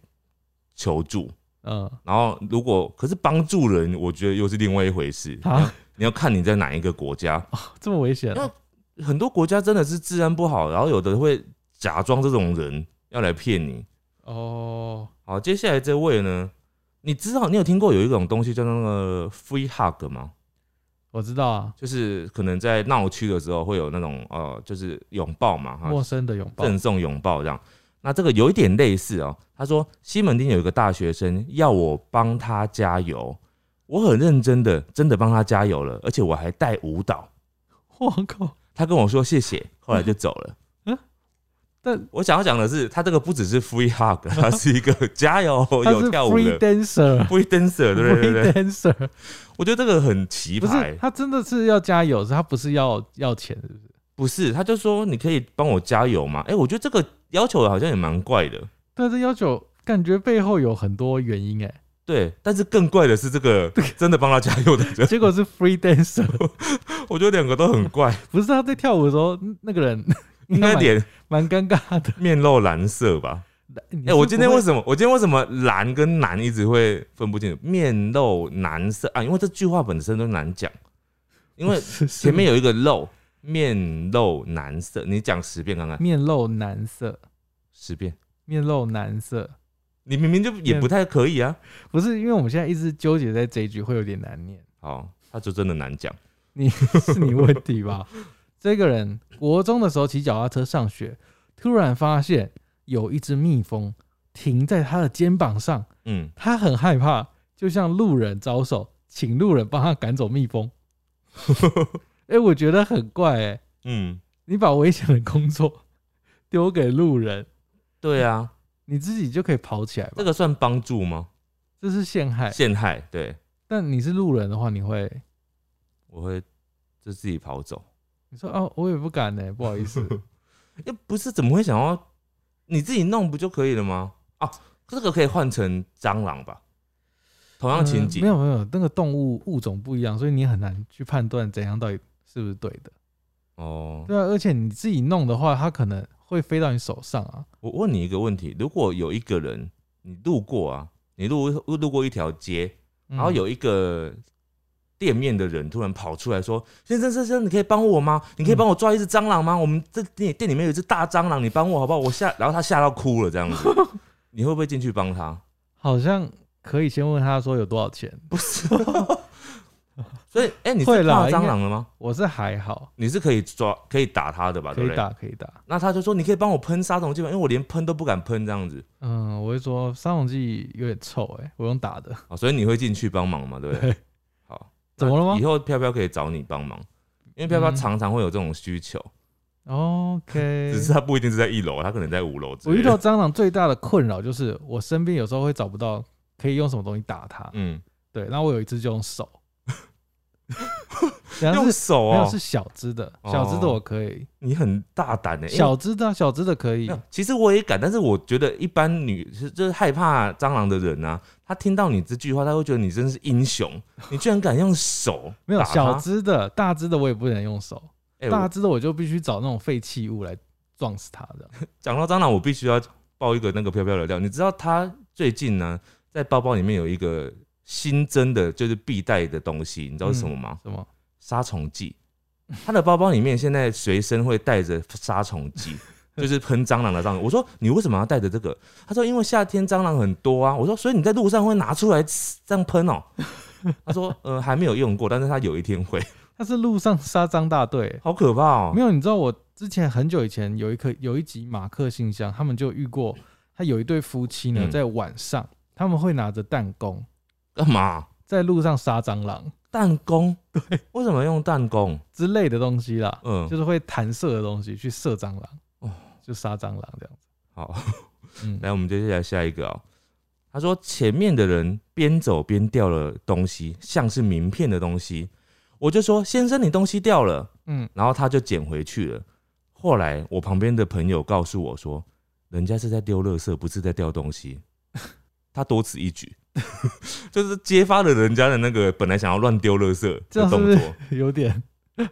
S2: 求助，
S1: 嗯，
S2: 然后如果可是帮助人，我觉得又是另外一回事。
S1: 啊，
S2: 你要看你在哪一个国家，
S1: 这么危险啊、
S2: 很多国家真的是治安不好，然后有的会假装这种人要来骗你。
S1: 哦，
S2: 好，接下来这位呢，你知道你有听过有一种东西叫做那个 free hug 吗？
S1: 我知道啊，
S2: 就是可能在闹区的时候会有那种呃，就是拥抱嘛，哈，
S1: 陌生的拥抱。
S2: 赠送拥抱这样。那这个有一点类似哦。他说西门町有一个大学生要我帮他加油，我很认真的，真的帮他加油了，而且我还带舞蹈。
S1: 我靠，
S2: 他跟我说谢谢，后来就走了。
S1: 嗯但
S2: 我想要讲的是，他这个不只是 free hug，他是一个加油
S1: 他是
S2: 有跳舞
S1: free
S2: 的
S1: dancer。
S2: free dancer，对对对
S1: free
S2: 对，
S1: dancer
S2: 我觉得这个很奇
S1: 不
S2: 葩欸
S1: 是。他真的是要加油，是他不是要要钱，是不是？
S2: 不是，他就说你可以帮我加油吗？哎、我觉得这个要求好像也蛮怪的。
S1: 对，这要求感觉背后有很多原因哎，
S2: 对，但是更怪的 是，这个真的帮他加油的人，
S1: 结果是 free dancer，
S2: 我觉得两个都很怪，
S1: 不是他在跳舞的时候，那个人
S2: 应该
S1: 蛮
S2: 脸
S1: 蛮尴尬的。
S2: 面露蓝色吧？
S1: 哎
S2: 哎、我今天为什么我今天为什么蓝跟男一直会分不清楚？面露蓝色啊，因为这句话本身都难讲，因 为
S1: 么
S2: 前面
S1: 有
S2: 有一个露，面露蓝色，你讲十遍看看，
S1: 面露难色，
S2: 十遍，
S1: 面露难色，
S2: 你明明就也不太可以啊。
S1: 不是因为我们现在一直纠结在这一句，会有点难念，
S2: 好，他就真的难讲，
S1: 是你问题 吧？这个人国中的时候骑脚踏车上学，突然发现有一只蜜蜂停在他的肩膀上，
S2: 嗯，
S1: 他很害怕，就向路人招手，请路人帮他赶走蜜 蜂。哎、我觉得很怪哎、
S2: 嗯，
S1: 你把危险的工作丢给路人，
S2: 对啊，
S1: 你自己就可以跑起来吧？
S2: 这个算帮助吗？
S1: 这是陷害，
S2: 陷害，对，
S1: 但你是路人的话，你会
S2: 我会就自己跑走。
S1: 你说哦，我也不敢呢、不好意思。
S2: 又不是怎么会想要你自己弄不就可以了吗？啊，这个可以换成蟑螂吧？同样情
S1: 嗯
S2: 景，
S1: 没有没有，那个动物物种不一样，所以你很难去判断怎样到底是不是对的。
S2: 哦，
S1: 对啊，而且你自己弄的话，它可能会飞到你手上啊。
S2: 我问你一个问题：如果有一个人，你路过啊，你路路过一条街，
S1: 嗯
S2: 然后有一个店面的人突然跑出来说：“先生，先生，你可以帮我吗？你可以帮
S1: 嗯
S2: 我抓一只蟑螂吗？我们这店店里面有一只大蟑螂，你帮我好不好？”我吓，然后他吓到哭了，这样子，你会不会进去帮他？
S1: 好像可以先问他说有多少钱。
S2: 不是， 所以，哎、你
S1: 会
S2: 是
S1: 啦
S2: 怕蟑螂了吗？
S1: 我是还好，
S2: 你是可以抓、可以打他的吧？
S1: 可
S2: 啊对不
S1: 以
S2: 对？
S1: 打可以打。
S2: 那他就说：“你可以帮我喷杀虫剂吗？因为我连喷都不敢喷这样子
S1: 嗯，我会说杀虫剂有点臭哎、我用打 的。
S2: 啊。”所以你会进去帮忙嘛？对不对？
S1: 对，
S2: 好，
S1: 怎么了吗
S2: 以后飘飘可以找你帮忙，因为飘飘
S1: 嗯
S2: 常常会有这种需求，
S1: OK
S2: 只。是他不一定是在一楼，他可能在五楼之
S1: 我
S2: 类
S1: 遇
S2: 的。
S1: 到蟑螂最大的困扰就是，我身边有时候会找不到可以用什么东西打它。
S2: 嗯，
S1: 对，然后我有一只就用手， 然后
S2: 用
S1: 是
S2: 手
S1: 没有
S2: 哦、
S1: 是小只的，
S2: 哦
S1: 小只的我可以，
S2: 你很大胆的、欸因为
S1: 小只的啊小只的可以
S2: 没。有其实我也敢，但是我觉得一般女就是害怕蟑螂的人啊，她听到你这句话，她会觉得你真是英雄，你居然敢用手
S1: 没有
S2: 打
S1: 小
S2: 她。
S1: 只的，大只的我也不能用手，
S2: 哎我
S1: 大只的我就必须找那种废弃物来撞死它 的。
S2: 讲到蟑螂，我必须要爆一个那个飘飘的料。你知道他最近呢，在包包里面有一个新增的，就是必带的东西，你知道是什么吗？
S1: 嗯什么？
S2: 杀虫剂。他的包包里面现在随身会带着杀 虫剂，就是喷蟑螂的蟑螂。我说你为什么要带着这个？他说因为夏天蟑螂很多啊。我说所以你在路上会拿出来这样喷哦、他说呃还没有用过，但是他有一天会，
S1: 它是路上杀蟑大队欸、
S2: 好可怕哦、
S1: 没有，你知道我之前很久以前有一颗有一集马克信箱，他们就遇过，他有一对夫妻呢，
S2: 嗯
S1: 在晚上他们会拿着弹弓
S2: 干嘛？
S1: 在路上杀蟑螂
S2: 弹弓？对，为什么用弹弓？
S1: 之类的东西啦，
S2: 嗯，
S1: 就是会弹射的东西去射蟑螂，
S2: 哦
S1: 就杀蟑螂这样
S2: 好。
S1: 子。嗯，
S2: 来，我们接下来下一个哦。他说前面的人边走边掉了东西，像是名片的东西。我就说先生，你东西掉了。
S1: 嗯，
S2: 然后他就捡回去了。后来我旁边的朋友告诉我说，人家是在丢垃圾，不是在掉 东西。他多此一举， 就是揭发了人家的那个本来想要乱丢垃圾
S1: 这
S2: 的
S1: 样是
S2: 动
S1: 不
S2: 作。
S1: 有点，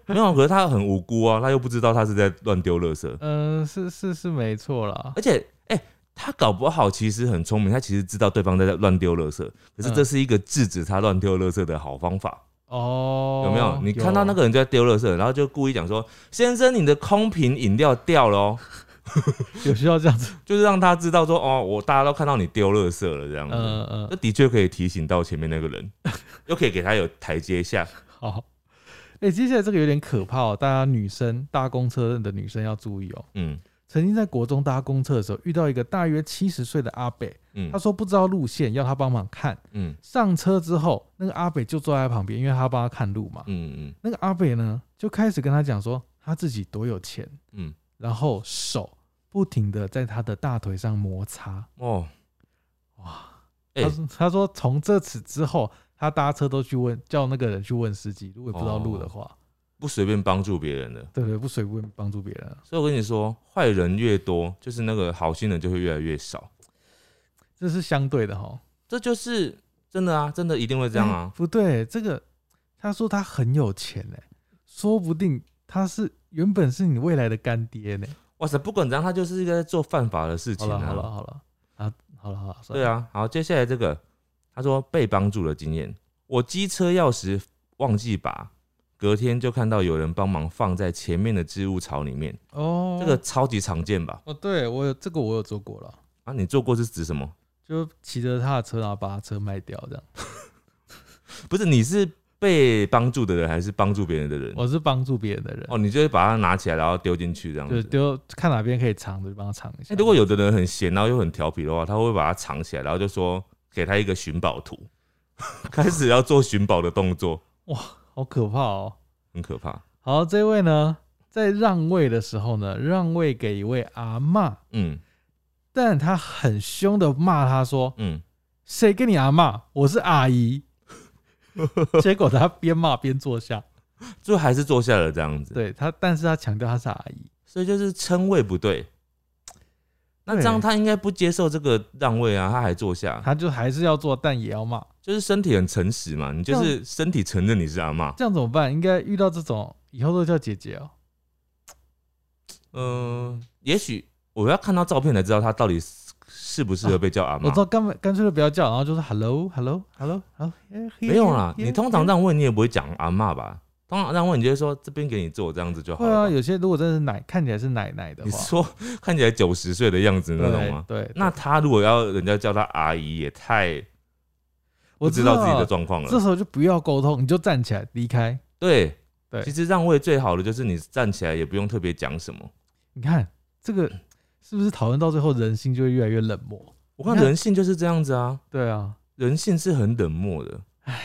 S2: 没有，可是他很无辜啊，他又不知道他是在乱丢垃圾。
S1: 嗯、是是是没错啦。
S2: 而且，哎、他搞不好其实很聪明，他其实知道对方在乱丢垃圾，可
S1: 嗯
S2: 是这是一个制止他乱丢垃圾的好方法，
S1: 哦，
S2: 有没有？你看到那个人就在丢垃圾，然后就故意讲说：“先生，你的空瓶饮料掉了哦。
S1: 有需要这样子？”
S2: 就是让他知道说：“哦，我大家都看到你丢垃圾了。”这样子，
S1: 嗯嗯
S2: 这，的确可以提醒到前面那个 人，又可以给他有台阶下。
S1: 好。哎、接下来这个有点可怕哦，大家女生搭公车的女生要注意哦。
S2: 嗯
S1: 曾经在国中搭公车的时候，遇到一个大约七十岁的阿北，
S2: 嗯
S1: 他说不知道路线，要他帮忙看。
S2: 嗯
S1: 上车之后，那个阿北就坐在他旁边，因为他帮他看路嘛。
S2: 嗯嗯
S1: 那个阿北呢，就开始跟他讲说他自己多有钱，
S2: 嗯，
S1: 然后手不停的在他的大腿上摩擦。
S2: 哦，哎
S1: 他说他说从这次之后，他搭车都去问叫那个人去问司机，如果不知道路
S2: 哦
S1: 的话，
S2: 不随便帮助别人的。
S1: 对对，不随便帮助别人啊，
S2: 所以我跟你说，坏人越多，就是那个好心人就会越来越少。
S1: 这是相对的哈。
S2: 这就是真的啊，真的一定会这样啊
S1: 哎。不对，这个他说他很有钱呢、说不定他是原本是你未来的干爹呢、
S2: 哇塞，不管怎样，他就是一个在做犯法的事
S1: 嗯好
S2: 情
S1: 了好了
S2: 啊。
S1: 好了啊，好了好了，算
S2: 对
S1: 了，
S2: 啊，好，接下来这个，他说被帮助的经验，我机车钥匙忘记拔，隔天就看到有人帮忙放在前面的置物槽里面，
S1: 哦，
S2: 这个超级常见吧？
S1: 哦，对我有这个我有做过了，
S2: 啊，你做过是指什么？
S1: 就骑着他的车，然后把他车卖掉这样。
S2: 不是，你是被帮助的人还是帮助别人的人？
S1: 我是帮助别人的人，
S2: 哦，你就会把它拿起来，然后丢进去这样
S1: 就
S2: 子。
S1: 丢看哪边可以藏的就帮他藏一下。
S2: 哎、如果有的人很闲，然后又很调皮的话，他会把它藏起来，然后就说给他一个寻宝图， 开始要做寻宝的动作，
S1: 好可怕哦。
S2: 很可怕。
S1: 好，这位呢，在让位的时候呢，让位给一位阿嬷，
S2: 嗯
S1: 但他很凶的骂他说
S2: 嗯，：“
S1: 谁跟你阿嬷？我是阿 姨。”结果他边骂边坐下，
S2: 最后还是坐下了这样子。，
S1: 对他，但是他强调他是阿姨，
S2: 所以就是称谓不对。那这样
S1: 对
S2: 他应该不接受这个让位啊，他还坐下，
S1: 他就还是要做，但也要骂，
S2: 就是身体很诚实嘛，你就是身体承认你是阿妈，
S1: 这样怎么办？应该遇到这种以后都叫姐姐哦、
S2: 嗯，也许我要看到照片才知道他到底是适不适合被叫阿
S1: 我
S2: 妈
S1: 知。道干干脆就不要叫，然后就是 hello hello hello hello，哎
S2: 没有啦，你通常
S1: 在
S2: 让问你也不会讲阿妈吧？通常让问你就会说这边给你做这样子就好
S1: 会
S2: 了
S1: 啊，
S2: 吧。
S1: 有些如果真的是奶看起来是奶奶的话，
S2: 你说看起来九十岁的样子那种吗？
S1: 对，对
S2: 那他如果要人家叫他阿姨，也太
S1: 我
S2: 不知道自己的
S1: 状
S2: 状况
S1: 这
S2: 了。
S1: 时候就不要沟通，你就站起来离开。
S2: 对
S1: 对
S2: 其实让位最好的就是你站起来也不用特别讲什么。
S1: 你看这个是不是讨论到最后人心就会越来越冷漠？
S2: 我看
S1: 你看
S2: 人性就是这样子啊，
S1: 对啊，
S2: 人性是很冷漠的，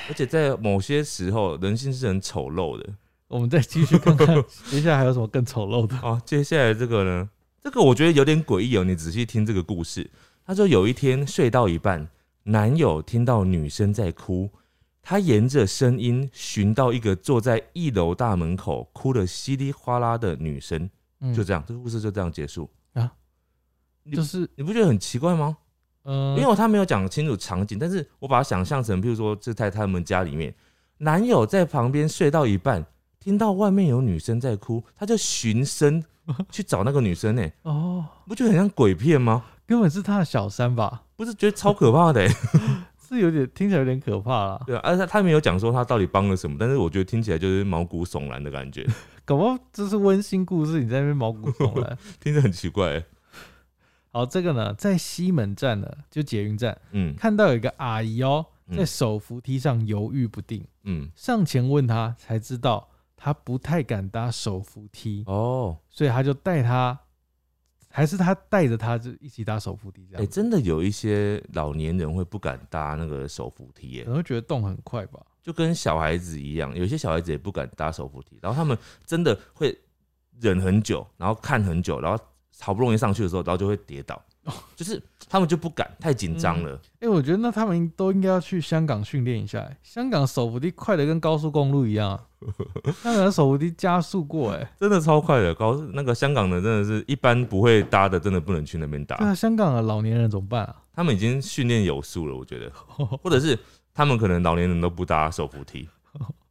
S2: 而且在某些时候，人性是很丑陋的。
S1: 我们再继续看 看接下来还有什么更丑陋的。
S2: 哦，接下来这个呢，这个我觉得有点诡异哦。你仔细听这个故事，他说有一天睡到一半，男友听到女生在哭，他沿着声音寻到一个坐在一楼大门口哭得稀里哗啦的女生，
S1: 嗯
S2: 就这样，这个故事就这样结束
S1: 啊。
S2: 你
S1: 就是
S2: 你不觉得很奇怪吗？
S1: 嗯，
S2: 因为他没有讲清楚场景，但是我把它想象成，譬如说是在他们家里面，男友在旁边睡到一半，听到外面有女生在哭，他就循声去找那个女生呢、
S1: 哦，
S2: 不觉得很像鬼片吗？
S1: 根本是他的小三吧？
S2: 不是觉得超可怕的、欸，
S1: 是有点听起来有点可怕啦。
S2: 对啊，而且他他没有讲说他到底帮了什么，但是我觉得听起来就是毛骨悚然的感觉，
S1: 搞不好这是温馨故事，你在那边毛骨悚 然。
S2: 听着很奇怪、欸。
S1: 好，这个呢，在西门站呢，就捷运站，
S2: 嗯
S1: 看到有一个阿姨哦，
S2: 嗯
S1: 在手扶梯上犹豫不定，
S2: 嗯，
S1: 上前问她，才知道她不太敢搭手扶梯，
S2: 哦，
S1: 所以她就带她，还是她带着她就一起搭手扶梯这
S2: 哎、
S1: 样子，
S2: 真的有一些老年人会不敢搭那个手扶梯、欸，
S1: 可能会觉得动很快吧。
S2: 就跟小孩子一样，有些小孩子也不敢搭手扶梯，然后他们真的会忍很久，然后看很久，然后好不容易上去的时候，然后就会跌倒，
S1: 哦
S2: 就是他们就不敢，太紧张了。
S1: 哎、我觉得那他们都应该要去香港训练一下、欸，香港手扶梯快的跟高速公路一样、 啊，香港的手扶梯加速过、欸，
S2: 真的超快的，高那个香港的真的是一般不会搭的，真的不能去那边
S1: 对啊，
S2: 搭，
S1: 香港的老年人怎么办啊？
S2: 他们已经训练有素了，我觉得，或者是他们可能老年人都不搭手扶 梯，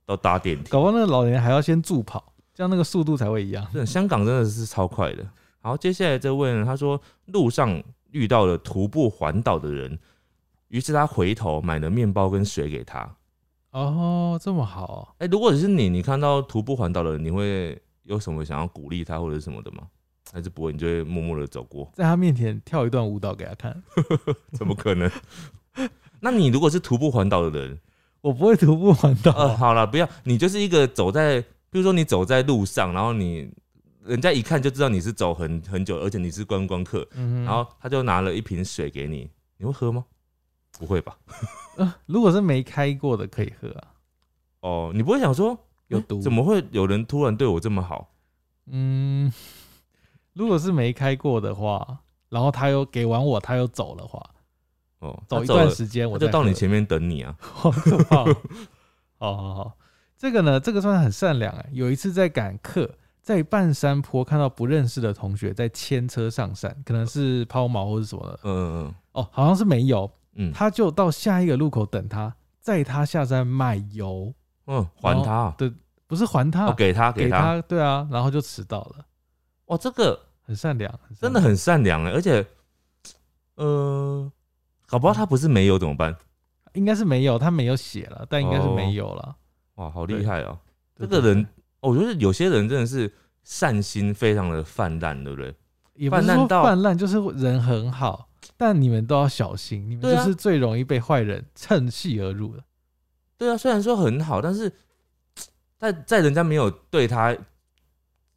S2: 都搭电梯。
S1: 搞不好那个老年人还要先助跑，这样那个速度才会一样。
S2: 真的，香港真的是超快的。好，接下来这位呢，他说路上遇到了徒步环岛的人，于是他回头买了面包跟水给他。
S1: 哦，这么好哦、
S2: 哎、如果是你，你看到徒步环岛的人，你会有什么想要鼓励他或者是什么的吗？还是不会，你就会默默的走过？
S1: 在他面前跳一段舞蹈给他看。
S2: 怎么可能？ 那你如果是徒步环岛的人，
S1: 我不会徒步环岛
S2: 呃，
S1: 啊，
S2: 好了，不要，你就是一个走在，比如说你走在路上，然后你人家一看就知道你是走很很久，而且你是观光客，
S1: 嗯哼
S2: 然后他就拿了一瓶水给你，你会喝吗？不会吧？
S1: 呃如果是没开过的可以喝啊。
S2: 哦，你不会想说有
S1: 嗯毒
S2: 怎么会有人突然对我这么好？
S1: 嗯， 如果是没开过的话，然后他又给完我，他又走的话，
S2: 哦，他
S1: 走一
S2: 走了
S1: 段，时间我
S2: 我
S1: 再
S2: 就到你
S1: 喝
S2: 前面等你啊。
S1: 好可怕哦！好好好，这个呢，这个算很善良哎、有一次在赶课，在半山坡看到不认识的同学在牵车上山，可能是抛锚或者什么的
S2: 嗯嗯
S1: 哦，好像是没有，
S2: 嗯嗯
S1: 他就到下一个路口等他，载他下山买油，
S2: 嗯，还他啊，
S1: 不是还他，
S2: 哦，给他
S1: 哦给
S2: 给他，
S1: 对啊，然后就迟到了，
S2: 哇，这个
S1: 很善良，很善
S2: 真的
S1: 良
S2: 很善良
S1: 嗯
S2: 哎，而且，呃，搞不好他不是没有怎么办？
S1: 应该是没有，他没有写了，但应该是没有了。
S2: 哇，好
S1: 对
S2: 厉害哦！这
S1: 对
S2: 个
S1: 对
S2: 人，哦我觉得有些人真的是善心非常的泛滥，对不对？
S1: 也不是
S2: 泛
S1: 说
S2: 滥到
S1: 泛滥，就是人很好，但你们都要小心，你们
S2: 对
S1: 就
S2: 啊
S1: 是最容易被坏人趁隙而入的。
S2: 对啊，虽然说很好，但是在在人家没有对他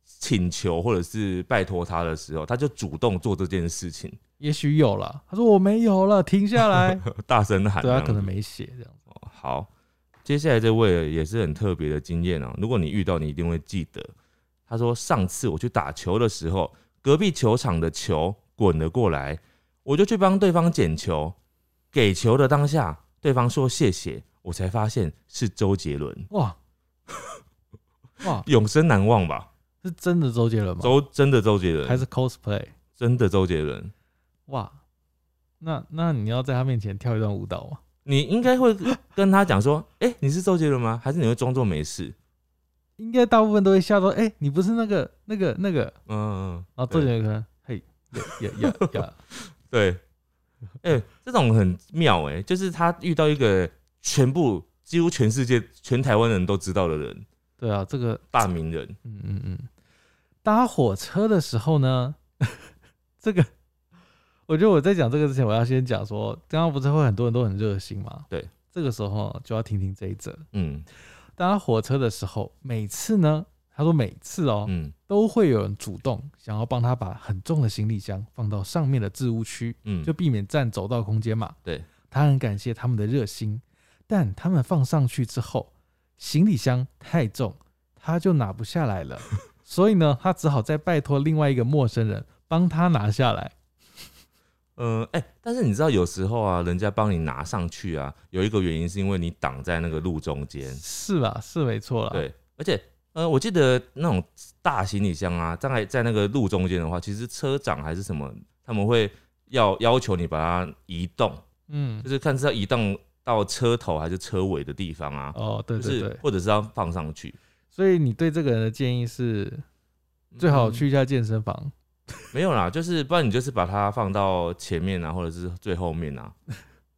S2: 请求或者是拜托他的时候，他就主动做这件事情，
S1: 也许有了，他说我没有了，停下 来。
S2: 大声喊。
S1: 对啊，
S2: 这样
S1: 可能
S2: 子
S1: 没写这样子。
S2: 哦好，接下来这位也是很特别的经验哦、如果你遇到，你一定会记得。他说，上次我去打球的时候，隔壁球场的球滚了过来，我就去帮对方捡球。给球的当下，对方说谢谢，我才发现是周杰伦，
S1: 哇哇，
S2: 永生难忘吧？
S1: 是真的周杰伦吗？
S2: 周真的周杰
S1: 还
S2: 伦，
S1: 是 cosplay？
S2: 真的周杰伦，
S1: 哇，那那你要在他面前跳一段舞蹈吗？
S2: 你应该会跟他讲说，哎、你是周杰伦吗？还是你会装作没事？
S1: 应该大部分都会吓到，哎、你不是那个那个那个，
S2: 嗯，嗯
S1: 然后周杰伦可能嘿呀呀呀呀，
S2: 对，哎、这种很妙哎、就是他遇到一个全部几乎全世界全台湾人都知道的人，
S1: 对啊，这个
S2: 大名人，
S1: 嗯嗯嗯，搭火车的时候呢， 这个我觉得我在讲这个之前，我要先讲说，刚刚不是会很多人都很热心嘛，
S2: 对，
S1: 这个时候就要听听这一则。
S2: 嗯
S1: 搭火车的时候，每次呢，他说每次哦，
S2: 嗯
S1: 都会有人主动想要帮他把很重的行李箱放到上面的置物区，
S2: 嗯，
S1: 就避免占走道空间嘛。
S2: 对，
S1: 他很感谢他们的热心，但他们放上去之后，行李箱太重，他就拿不下来 了，所以呢，他只好再拜托另外一个陌生人帮他拿下来。
S2: 嗯，哎、但是你知道有时候啊，人家帮你拿上去啊，有一个原因是因为你挡在那个路中间，
S1: 是啦，是没错啦。，
S2: 对，而且呃，我记得那种大行李箱啊，在在那个路中间的话，其实车长还是什么，他们会要要求你把它移动，
S1: 嗯
S2: 就，是看是要移动到车头还是车尾的地方啊，
S1: 哦，对
S2: 就
S1: 对
S2: 是
S1: 对，
S2: 或者是要放上去，
S1: 所以你对这个人的建议是最好去
S2: 嗯、
S1: 一下健身房。
S2: 没有啦，就是不然你就是把它放到前面啊，或者是最后面啊，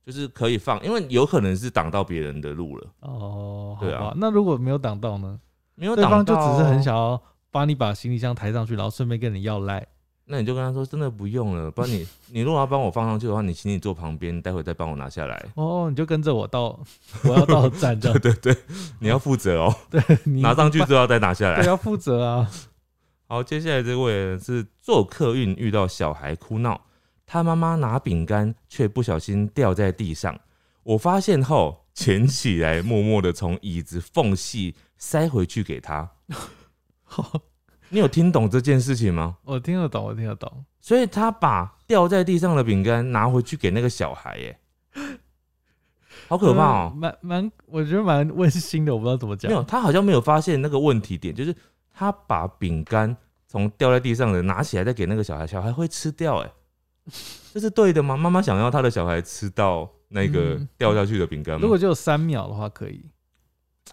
S2: 就是可以放，因为有可能是挡到别人的路了，
S1: 哦，
S2: 对啊
S1: 好吧，那如果没有挡到呢？
S2: 没有
S1: 对
S2: 挡到，啊
S1: 方就只是很，想要把你把行李箱抬上去，然后顺便跟你要赖。
S2: 那你就跟他说真的不用了，不然你你如果要帮我放上去的话，你请你坐旁边，待会再帮我拿下来。
S1: 哦，你就跟着我到我要到的站这样，
S2: 对对，你要负责哦，
S1: 你
S2: 拿上去
S1: 办
S2: 之后再拿下
S1: 对
S2: 来。
S1: 要负责啊。
S2: 好，接下来这位是坐客运遇到小孩哭闹，他妈妈拿饼干却不小心掉在地上，我发现后捡起来，默默的从椅子缝隙塞回去给 他。你有听懂这件事情吗？
S1: 我听得懂，我听得懂。
S2: 所以他把掉在地上的饼干拿回去给那个小孩，耶，好可怕哦、
S1: 嗯蛮蛮，我觉得蛮温馨的，我不知道怎么讲
S2: 没。有，他好像没有发现那个问题点，就是他把饼干从掉在地上的拿起来，再给那个小孩，小孩会吃掉、哎，这是对的吗？妈妈想要他的小孩吃到那个
S1: 嗯
S2: 掉下去的饼干吗？
S1: 如果只有三秒的话，可以。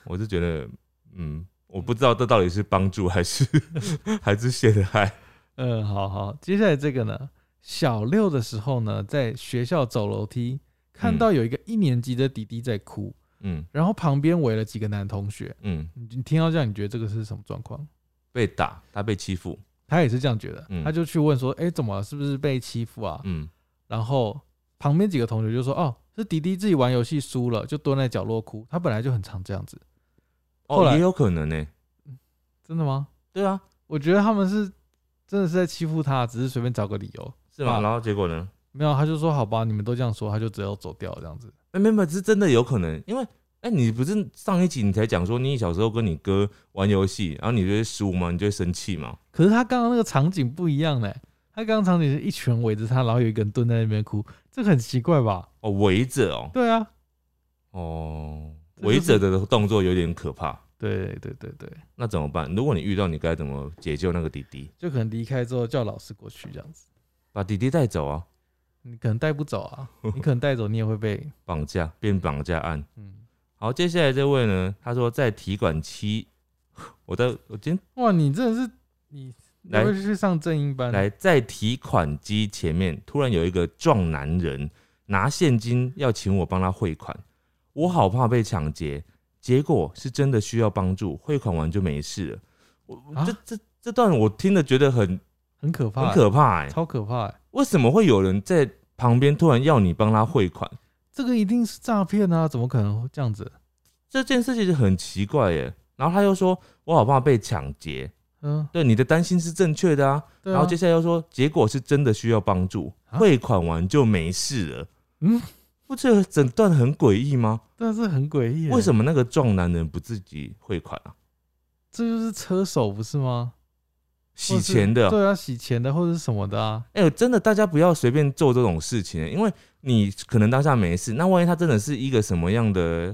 S2: 我是觉得，嗯，我不知道这到底是帮助还是 还是陷害。
S1: 嗯，好好。接下来这个呢，小六的时候呢，在学校走楼梯，看
S2: 嗯
S1: 到有一个一年级的弟弟在哭，
S2: 嗯
S1: 然后旁边围了几个男同学。
S2: 嗯，
S1: 你你听到这样，你觉得这个是什么状况？
S2: 被打，他被欺负，
S1: 他也是这样觉得，
S2: 嗯
S1: 他就去问说：“哎、怎么了是不是被欺负啊？”
S2: 嗯
S1: 然后旁边几个同学就说：“哦，是迪迪自己玩游戏输了，就蹲在角落哭。他本来就很常这样子，后
S2: 哦，
S1: 来
S2: 也有可能呢、
S1: 真的吗？
S2: 对啊，
S1: 我觉得他们是真的是在欺负他，只是随便找个理由。
S2: 是吗？
S1: 啊
S2: 然后结果呢？
S1: 没有，啊他就说好吧，你们都这样说，他就只有走掉这样子。
S2: 没没没，是真的有可能，因为哎、你不是上一集你才讲说你小时候跟你哥玩游戏，然后你就会输嘛，你就会生气嘛。
S1: 可是他刚刚那个场景不一样嘞、他刚刚场景是一群人围着他，然后有一个人蹲在那边哭，这个很奇怪吧？
S2: 哦，围着哦，
S1: 对啊，
S2: 哦，
S1: 这就是
S2: 围着的动作有点可怕。
S1: 对对对对，
S2: 那怎么办？如果你遇到，你该怎么解救那个弟弟？
S1: 就可能离开之后叫老师过去这样子。
S2: 把弟弟带走啊，
S1: 你可能带不走啊，你可能带走你也会被
S2: 绑架变绑架案。
S1: 嗯，
S2: 好，接下来这位呢，他说在体馆期， 我在我今天
S1: 哇，你真的是你，你
S2: 来
S1: 会去上正音班？啊
S2: 来，在提款机前面，突然有一个壮男人拿现金要请我帮他汇款，我好怕被抢劫，结果是真的需要帮助，汇款完就没事了。我、我
S1: 啊
S2: 这这这段我听了觉得很
S1: 很可怕
S2: 很
S1: 欸，
S2: 可怕哎、
S1: 超可怕欸！
S2: 为什么会有人在旁边突然要你帮他汇款？
S1: 这个一定是诈骗啊，怎么可能会这样子？
S2: 这件事情很奇怪耶、然后他又说，我好怕被抢劫。
S1: 嗯，
S2: 对，你的担心是正确的啊。
S1: 对啊。
S2: 然后接下来又说，结果是真的需要帮助，
S1: 啊
S2: 汇款完就没事了。
S1: 嗯，
S2: 不，这整段很诡异吗？
S1: 但是很诡异欸，
S2: 为
S1: 么？
S2: 什么那个壮男人不自己汇款啊？
S1: 这就是车手不是吗？
S2: 洗钱的，
S1: 对啊，洗钱的或者是什么的啊？
S2: 哎、呦，真的，大家不要随便做这种事情，啊因为你可能当下没事，那万一他真的是一个什么样的，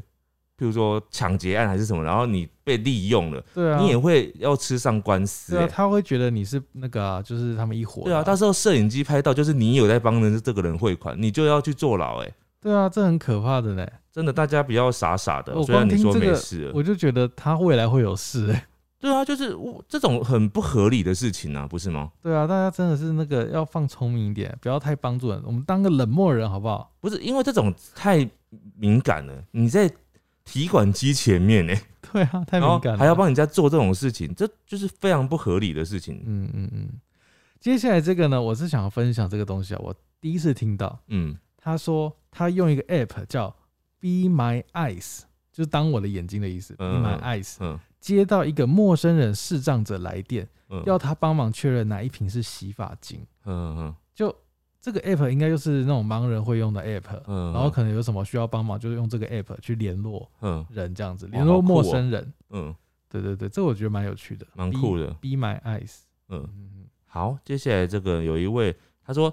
S2: 譬如说抢劫案还是什么，然后你被利用了，
S1: 对啊，
S2: 你也会要吃上官司、
S1: 对啊，
S2: 哎
S1: 他会觉得你是那个啊，就是他们一伙
S2: 对
S1: 的
S2: 啊，
S1: 啊。
S2: 到时候摄影机拍到就是你有在帮人这个人汇款，你就要去坐牢、哎，
S1: 对啊，这很可怕的呢。
S2: 真的，大家不要傻傻的。
S1: 我
S2: 虽
S1: 光
S2: 然你
S1: 听
S2: 说
S1: 这
S2: 没
S1: 个
S2: 事了，
S1: 我就觉得他未来会有事欸，
S2: 对啊，就是我这种很不合理的事情啊，不是吗？
S1: 对啊，大家真的是那个要放聪明一点，不要太帮助人，我们当个冷漠人好不好？
S2: 不是因为这种太敏感了，你在提款机前面呢、
S1: 对啊，太
S2: 然后
S1: 敏感了，
S2: 还要帮人家做这种事情，这就是非常不合理的事情。
S1: 嗯嗯嗯。接下来这个呢，我是想分享这个东西啊，我第一次听到，
S2: 嗯，
S1: 他说他用一个 app 叫 Be My Eyes，就是当我的眼睛的意思。Be
S2: 嗯
S1: My Eyes
S2: 嗯
S1: 接到一个陌生人视障者来电，
S2: 嗯，
S1: 要他帮忙确认哪一瓶是洗发精。
S2: 嗯嗯
S1: 就这个 app 应该就是那种盲人会用的 app，
S2: 嗯，
S1: 然后可能有什么需要帮忙，就是用这个 app 去联络
S2: 嗯
S1: 人，这样子
S2: 哇
S1: 联络
S2: 好酷
S1: 陌
S2: 哦
S1: 生人。
S2: 嗯
S1: 对对对，这我觉得蛮有趣的，
S2: 蛮酷的
S1: Be, Be My Eyes，
S2: 嗯，
S1: 嗯，
S2: 好，接下来这个有一位他说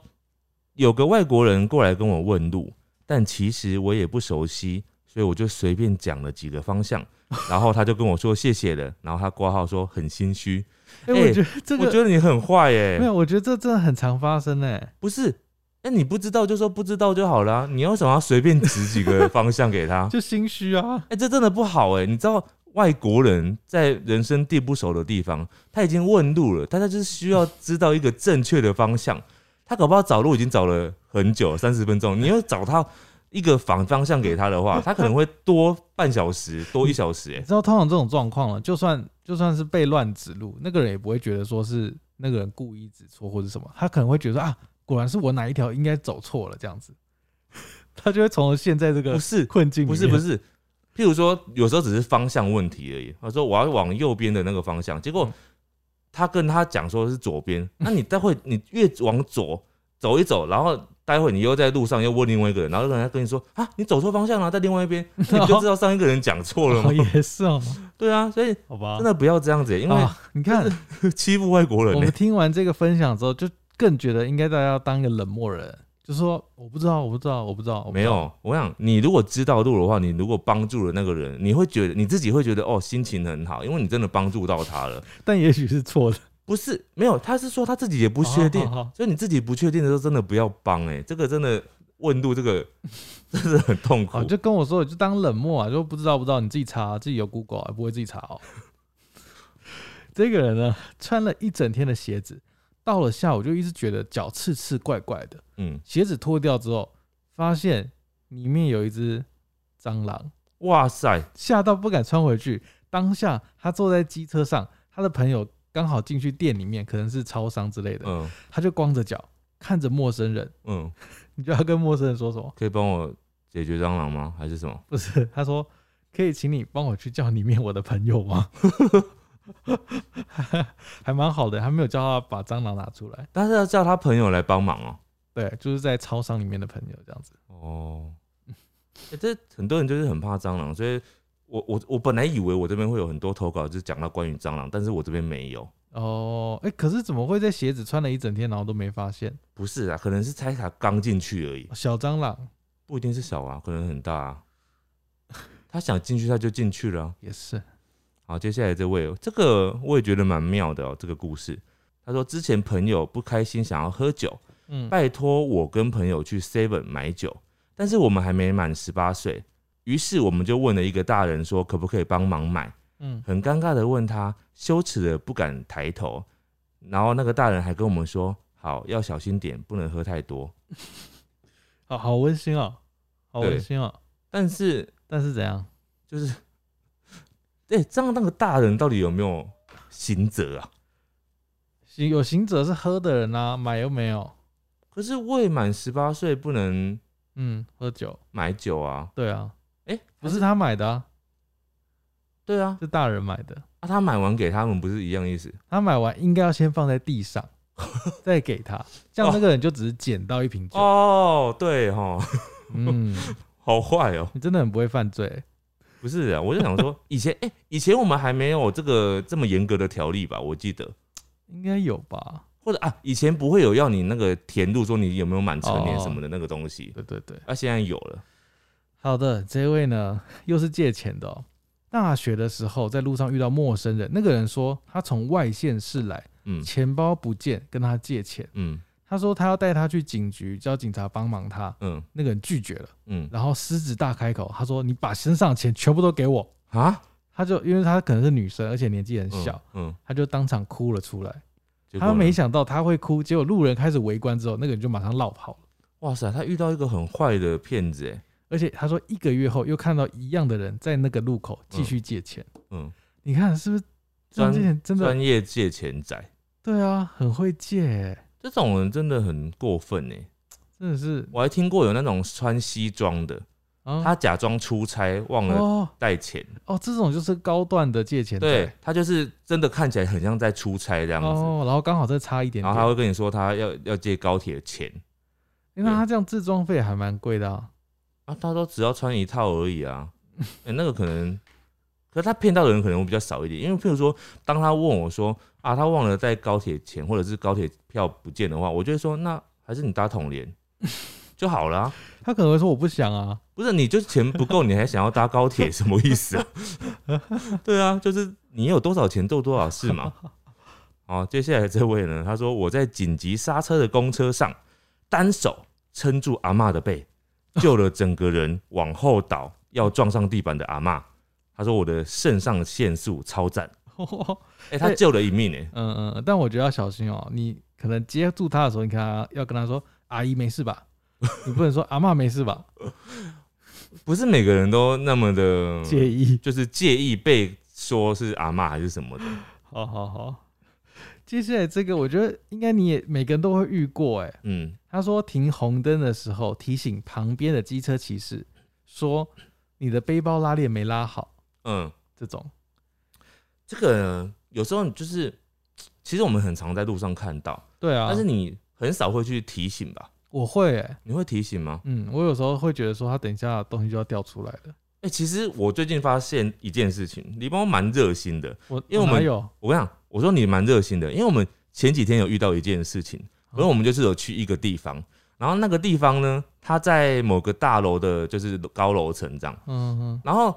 S2: 有个外国人过来跟我问路，但其实我也不熟悉，所以我就随便讲了几个 方向，然后他就跟我说谢谢了，然后他挂号说很心虚，
S1: 哎、
S2: 哎
S1: 我觉得这
S2: 我
S1: 个
S2: 觉得你很坏耶、
S1: 没有，我觉得这真的很常发生哎、
S2: 不是。那你不知道就说不知道就好啦，你为什么要随便指几个方向给他？
S1: 就心虚啊。
S2: 哎、这真的不好哎、你知道外国人在人生地不熟的地方，他已经问路了，但他就是需要知道一个正确的方向。他搞不好找路已经找了很久，三十分钟，你要找他一个反方向给他的话，他可能会多半小时，多一小时、
S1: 你
S2: 欸。
S1: 知道，通常这种状况了，就算就算是被乱指路，那个人也不会觉得说是那个人故意指错或者什么，他可能会觉得啊，果然是我哪一条应该走错了这样子，他就会从现在这
S2: 不
S1: 个
S2: 是，
S1: 困境里
S2: 不是，不
S1: 面，
S2: 是。譬如说，有时候只是方向问题而已。他说我要往右边的那个方向，结果
S1: 嗯
S2: 他跟他讲说是 左边，那你待会你越往左走一走，然后待会你又在路上又问另外一个人，然后那个人跟你说啊，你走错方向了、在另外 一边，你不就知道上一个人讲错了吗
S1: 哦？也是哦，
S2: 对啊，所以
S1: 好吧，
S2: 真的不要这样子、因为
S1: 啊、你看
S2: 欺负外国人、
S1: 我
S2: 欸
S1: 们。听完这个分享之后，就更觉得应该大家要当一个冷漠人，就说我不知道，我不知道，我不知道，我不
S2: 没
S1: 知道，
S2: 有，我想你如果知道路的话，你如果帮助了那个人，你会觉得你自己会觉得哦，心情很好，因为你真的帮助到他了。
S1: 但也许是错的，
S2: 不是，没有，他是说他自己也不确定，
S1: 好好好
S2: 所以你自己不确定的时候，真的不要帮哎、这个真的问路这个 真的很痛苦。
S1: 哦，就跟我说，就当冷漠啊，就不知道不知道，你自己查，自己有 Google 啊，不会自己查哦。 这个人呢，穿了一整天的鞋子，到了下午就一直觉得脚刺刺怪怪的，
S2: 嗯，
S1: 鞋子脱掉之后，发现里面有一只蟑螂，
S2: 哇塞，
S1: 吓到不敢穿回去。当下他坐在机车上，他的朋友刚好进去店里面，可能是超商之类的，
S2: 嗯
S1: 他就光着脚看着陌生人，
S2: 嗯，
S1: 你就要跟陌生人说什么？
S2: 可以帮我解决蟑螂吗？还是什么？
S1: 不是， 他说可以请你帮我去叫里面我的朋友吗？ 还蛮好的，还没有叫他把蟑螂拿出来。
S2: 但是要叫他朋友来帮忙哦、
S1: 对，就是在超商里面的朋友这样子。
S2: 哦，欸这很多人就是很怕蟑螂，所以我我我本来以为我这边会有很多投稿，就是讲到关于蟑螂，但是我这边没有。
S1: 哦，哎、可是怎么会在鞋子穿了一整天，然后都没发现
S2: 不是啊，可能是猜卡刚进去而已。
S1: 小蟑螂？
S2: 不一定是小啊，可能很大啊。他想进去他就进去了啊、
S1: 也是，
S2: 好，接下来这位，这个我也觉得蛮妙的哦、这个故事。他说之前朋友不开心想要喝酒，
S1: 嗯，
S2: 拜托我跟朋友去 Seven 买酒，但是我们还没满十八岁，于是我们就问了一个大人说可不可以帮忙买，
S1: 嗯，
S2: 很尴尬的问他，羞耻的不敢抬头，然后那个大人还跟我们说，好要小心点，不能喝太多。
S1: 好好温馨哦，好温
S2: 对
S1: 馨哦。
S2: 但是
S1: 但是怎样？
S2: 就是，哎、这样那个大人到底有没有刑责啊？
S1: 行有行者是喝的人啊，买又没有，
S2: 可是未满十八岁不能
S1: 嗯，喝酒，
S2: 买酒啊？
S1: 对啊，
S2: 哎、
S1: 不是他买的、啊，
S2: 对啊，
S1: 是大人买的。
S2: 啊，他买完给他们不是一样意思？
S1: 他买完应该要先放在地上，再给他，这样那个人就只是捡到一瓶酒。
S2: 哦，对哦，
S1: 嗯，
S2: 好坏哦，
S1: 你真的很不会犯罪。
S2: 不是啊，我就想说， 以前哎、以前我们还没有这个这么严格的条例吧？我记得，
S1: 应该有吧？
S2: 或者啊，以前不会有要你那个填入说你有没有满成年什么的那个东西，
S1: 对对对，
S2: 啊，现在有了，
S1: 好的，这位呢又是借钱的、哦。大学的时候在路上遇到陌生人，那个人说他从外县市来，
S2: 嗯
S1: 钱包不见，跟他借钱。
S2: 嗯
S1: 他说他要带他去警局，叫警察帮忙他。
S2: 嗯
S1: 那个人拒绝了，
S2: 嗯
S1: 然后狮子大开口，他说：“你把身上的钱全部都给我。”
S2: 啊，
S1: 她就因为她可能是女生，而且年纪很
S2: 嗯
S1: 小，，
S2: 嗯，
S1: 她就当场哭了出来。
S2: 结果
S1: 她
S2: 呢
S1: 没想到她会哭，结果路人开始围观之后，那个人就马上绕跑了。
S2: 哇塞，他遇到一个很坏的骗子哎，
S1: 而且她说一个月后又看到一样的人在那个路口继续借钱。
S2: 嗯，
S1: 你看是不是？
S2: 专
S1: 之前真的
S2: 专业借钱仔，
S1: 对啊，很会借欸，
S2: 这种人真的很过分哎。
S1: 真的是
S2: 我还听过有那种穿西装的，
S1: 啊。
S2: 他假装出差忘了
S1: 哦
S2: 带钱，
S1: 哦，这种就是高段的借钱仔
S2: 对他就是真的看起来很像在出差这样子，
S1: 哦，然后刚好再差一点
S2: 然后他
S1: 点，
S2: 会跟你说他要要借高铁钱
S1: 因为他这样自装费还蛮贵的、啊。
S2: 啊，他说只要穿一套而 已啊，欸、那个可能，可是他骗到的人可能会比较少一点，因为譬如说，当他问我说啊，他忘了带高铁钱或者是高铁票不见的话，我就会说那还是你搭统联就好了啊、
S1: 他可能会说我不想啊，
S2: 不是，你就钱不够，你还想要搭高铁，什么意思 啊？对啊，就是你有多少钱做多少事嘛。好，接下来这位呢，他说我在紧急刹车的公车上，单手撑住阿嬷的背，救了整个人往后倒，要撞上地板的阿嬷。他说我的肾上腺素 超赞，哎、他
S1: 对
S2: 救了一命哎、
S1: 嗯嗯，但我觉得要小心哦、你可能接住他的时候，你看他要跟他说阿姨没事吧，你不能说阿嬷没事吧，
S2: 不是每个人都那么 的，
S1: 介意。
S2: 就是介意被说是阿嬷还是什么的。
S1: 好好好， 接下来这个我觉得应该你也每个人都会遇过哎、
S2: 嗯，
S1: 他说停红灯的时候提醒旁边的机车骑士说你的背包拉链没拉好，
S2: 嗯，
S1: 这种
S2: 这个有时候你就是，其实我们很常在路上看到，
S1: 对啊，
S2: 但是你很少会去提醒吧？
S1: 我会哎、
S2: 你会提醒吗？
S1: 嗯，我有时候会觉得说，他等一下东西就要掉出来了。
S2: 哎、其实我最近发现一件事情，你帮我蛮热心的。
S1: 我
S2: 因为我们
S1: 哪有
S2: 我跟你讲，我说你蛮热心的，因为我们前几天有遇到一件事情，然后我们就是有去一个地方，然后那个地方呢，它在某个大楼的，就是高楼层这样，
S1: 嗯嗯
S2: 然后。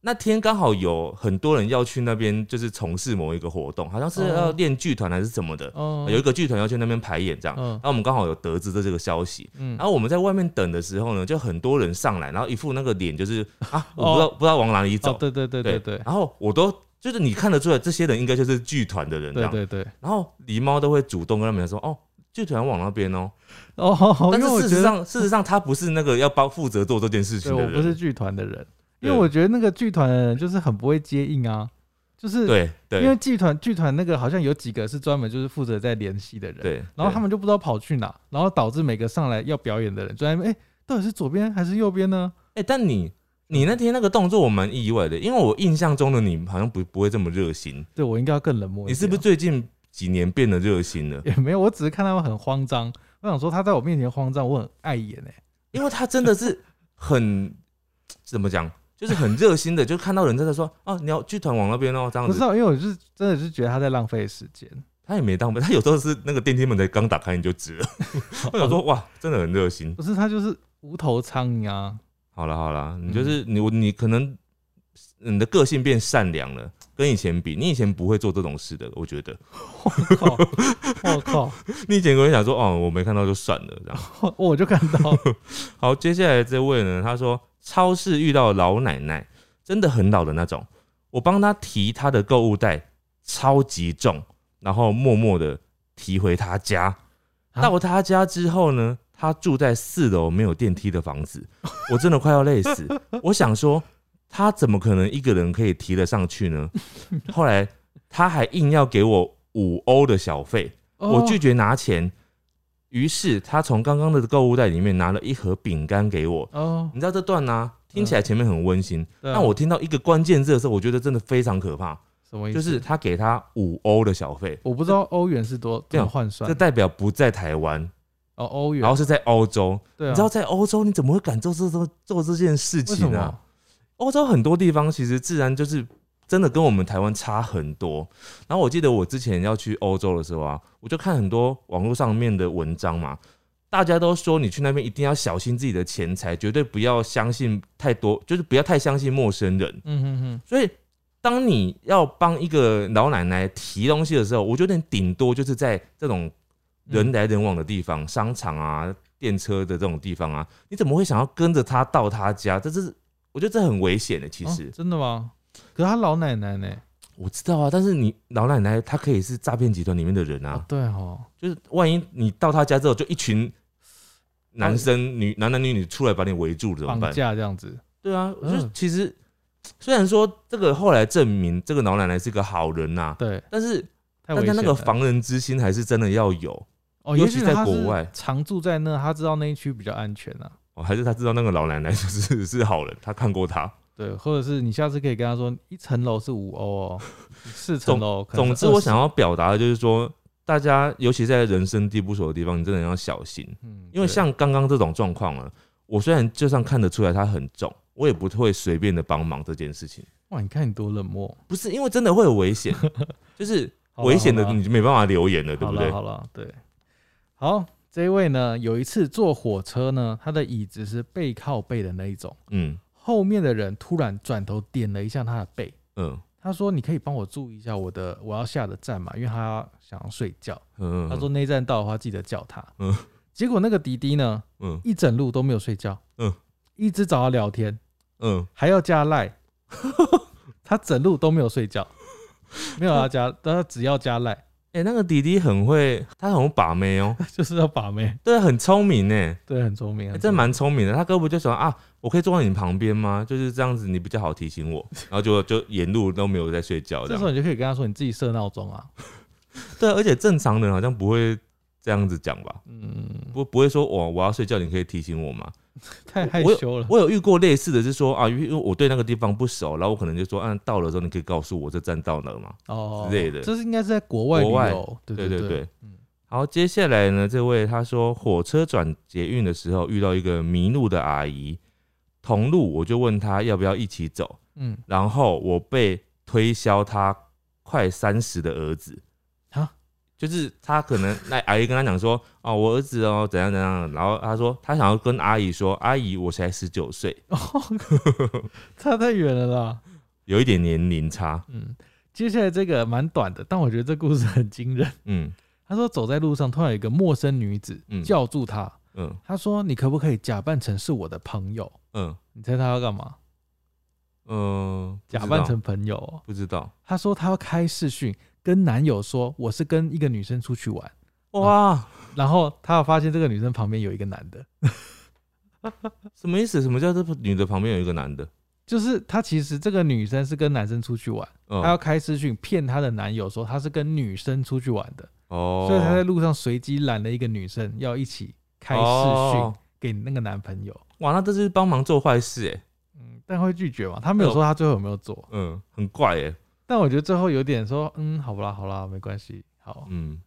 S2: 那天刚好有很多人要去那边，就是从事某一个活动，好像是
S1: 哦
S2: 要练剧团还是什么的，
S1: 哦，
S2: 有一个剧团要去那边排演这样。
S1: 嗯
S2: 然后我们刚好有得知的这个消息，
S1: 嗯
S2: 然后我们在外面等的时候呢，就很多人上来，然后一副那个脸就是啊，我不知道、不知道往哪里走，
S1: 哦，对对对对对
S2: 然后我都就是你看得出来，这些人应该就是剧团的人这
S1: 对
S2: 样。
S1: 对对
S2: 然后狸猫都会主动跟他们讲说，哦。剧团往那边哦，
S1: 哦，
S2: 但
S1: 因为我
S2: 是事实
S1: 觉得
S2: 上，事实上他不是那个要帮负责做这件事
S1: 对
S2: 情的
S1: 我
S2: 人，
S1: 不是剧团的人，因为
S2: 对
S1: 我觉得那个剧团的人就是很不会接应啊，就是
S2: 对对，
S1: 因为剧团剧团那个好像有几个是专门就是负责在联系的人，
S2: 对，
S1: 然后他
S2: 们
S1: 们就不知道跑去哪，然后导致每个上来要表演的人就在那边，哎，到底是左边还是右边呢？
S2: 哎，但你你那天那个动作我蛮意外的，因为我印象中的你好像不不会这么热心，
S1: 对我应该要更冷漠一点啊。
S2: 你是不是最近几年变得热心了？
S1: 也没有，我只是看他们很慌张，我想说他在我面前慌张，我很碍眼哎、
S2: 因为他真的是很怎么讲，就是很热心的，就看到人真的说啊，你要剧团往那边哦，这样
S1: 不知
S2: 子。
S1: 道，因为我是啊真的是觉得他在浪费时间。
S2: 他也没当门，他有时候是那个电梯门才刚打开你就直了。 我想说哇，真的很热心。
S1: 不是他就是无头苍蝇啊，
S2: 好了好了，你就是
S1: 嗯
S2: 你我你可能你的个性变善良了，跟以前比，你以前不会做这种事的，我觉得。
S1: 我靠，我靠，
S2: 你以前跟我讲说哦，我没看到就算了这样。
S1: 我我就看到，
S2: 好，接下来这位呢，他说超市遇到老奶奶，真的很老的那种，我帮她提她的购物袋，超级重，然后默默的提回她家。
S1: 啊
S2: 到她家之后呢，她住在四楼没有电梯的房子，我真的快要累死。我想说，她怎么可能一个人可以提得上去呢？后来她还硬要给我五欧的小费，我拒
S1: 哦
S2: 绝拿钱，于是他从刚刚的购物袋里面拿了一盒饼干给我。
S1: 哦，
S2: 你知道这段呢、啊听起来前面很温馨，
S1: 对啊
S2: 但我听到一个关键字的时候，我觉得真的非常可怕，
S1: 什么意思？
S2: 就是他给他五欧的小费，
S1: 我不知道欧元是多
S2: 这
S1: 怎
S2: 样
S1: 么换
S2: 这
S1: 算
S2: 代表不在台湾，
S1: 哦，欧元
S2: 然后，是在欧洲。
S1: 对啊，
S2: 你知道在欧洲你怎么会敢做这做做这件事
S1: 为什
S2: 情啊？
S1: 么？
S2: 欧洲很多地方其实自然就是真的跟我们台湾差很多。然后我记得我之前要去欧洲的时候啊，我就看很多网络上面的文章嘛，大家都说你去那边一定要小心自己的钱财，绝对不要相信太多，就是不要太相信陌生人。
S1: 嗯哼哼，
S2: 所以当你要帮一个老奶奶提东西的时候，我觉得你顶多就是在这种人来人往的地方，商场啊、电车的这种地方啊，你怎么会想要跟着她到她家？这是我觉得这很危险的，其
S1: 哦
S2: 实、
S1: 真的吗？可是她老奶奶呢？
S2: 我知道啊，但是你老奶奶她可以是诈骗集团里面的人啊
S1: 啊，，对哦，
S2: 就是万一你到她家之后，就一群男生、女男男女女出来把你围住了，怎么
S1: 绑
S2: 办？
S1: 架这样子，
S2: 对啊，我就
S1: 嗯
S2: 其实虽然说这个后来证明这个老奶奶是个好人呐、
S1: 对，
S2: 但是
S1: 太
S2: 大
S1: 危
S2: 家
S1: 险
S2: 那个
S1: 了
S2: 防人之心还是真的要有，
S1: 哦，
S2: 尤
S1: 也
S2: 其
S1: 许
S2: 在
S1: 她
S2: 国
S1: 是
S2: 外
S1: 常住在那，她知道那一区比较安全啊。
S2: 哦，还是他知道那个老奶 奶就是是好人，他看过他。
S1: 对，或者是你下次可以跟她说，一层楼是五欧 哦，四层楼可能
S2: 总
S1: 是
S2: 之，我
S1: 20
S2: 想，要表达的就是说，大家尤其在人生地不熟的地方，你真的要小心，
S1: 嗯
S2: 因
S1: 对
S2: 为像刚刚这种状况啊，我虽然就算看得出来他很重，我也不会随便的帮忙这件事情，
S1: 哇，你看你多冷漠，
S2: 不是因为真的会有危险，就是
S1: 好啦
S2: 危险的
S1: 好啦
S2: 你就没办法留言了，对
S1: 好
S2: 不
S1: 了
S2: 对？
S1: 好了，对，好，这一位呢，有一次坐火车呢，他的椅子是背靠背的那一种，
S2: 嗯
S1: 后面的人突然转头点了一下他的背，
S2: 嗯
S1: 他说：“你可以帮我注意一下我的我要下的站嘛，因为他想要睡觉。
S2: 嗯，
S1: 他说
S2: 嗯
S1: 那一站到的话，记得叫他。”
S2: 嗯
S1: 嗯，结果那个滴滴呢，
S2: 嗯
S1: 一整路都没有睡觉，
S2: 嗯
S1: 嗯，一直找他聊天，
S2: 嗯，
S1: 还要加赖， 他整路都没有睡觉，没有要加，但他只要加赖，
S2: 哎、那个弟弟很会，他很会把妹哦、
S1: 就是要把妹。
S2: 对，很聪明呢、
S1: 对，很聪明，
S2: 欸
S1: 很
S2: 真
S1: 聪明
S2: 蛮聪明的。他哥不就想啊，我可以坐在你旁边吗？就是这样子，你比较好提醒 我。然后就就沿路都没有在睡觉这
S1: 这时候
S2: 样。
S1: 你就可以跟他说你自己设闹钟啊，
S2: 对，而且正常人好像不会这样子讲吧？
S1: 嗯，
S2: 不不会说哦我我要睡觉，你可以提醒我吗？
S1: 太害羞了。
S2: 我有遇过类似的，是说啊，因为我对那个地方不熟，然后我可能就说，嗯、到了之后你可以告诉我这站到哪儿吗？
S1: 哦
S2: 之类的
S1: 这是应该是在国外旅
S2: 国外
S1: 游，对
S2: 对
S1: 对
S2: 对对
S1: 嗯
S2: 好，接下来呢，这位他说火车转捷运的时候遇到一个迷路的阿姨，同路我就问他要不要一起走，
S1: 嗯，
S2: 然后我被推销他快三十的儿子
S1: 啊，
S2: 就是他可能那阿姨跟他讲说，哦，我儿子哦怎样怎样，然后他说他想要跟阿姨说，阿姨我才十九岁，
S1: 差太远了啦。
S2: 有一点年龄差，
S1: 嗯，接下来这个蛮短的，但我觉得这故事很惊人。
S2: 嗯
S1: 他说走在路上，突然有一个陌生女子
S2: 嗯
S1: 叫住他，
S2: 嗯
S1: 他说你可不可以假扮成是我的朋友？
S2: 嗯
S1: 你猜他要干嘛？
S2: 嗯，不知
S1: 假
S2: 道
S1: 扮成朋友、哦。
S2: 不知道，
S1: 他说他要开视讯跟男友说我是跟一个女生出去玩，
S2: 哇，
S1: 然后他有发现这个女生旁边有一个男的。
S2: 什么意思？什么叫这女的旁边有一个男的？
S1: 就是她其实这个女生是跟男生出去玩，
S2: 嗯
S1: 她要开私讯骗她的男友说她是跟女生出去玩的，
S2: 哦，
S1: 所以她在路上随机拦了一个女生要一起开视讯
S2: 哦
S1: 给那个男朋友，
S2: 哇，那这是帮忙做坏事哎，
S1: 嗯，但会拒绝嘛？她没有说她最后有没有做，
S2: 嗯，很怪哎，
S1: 但我觉得最后有点说，嗯，好不啦，好啦，没关系，好，
S2: 嗯，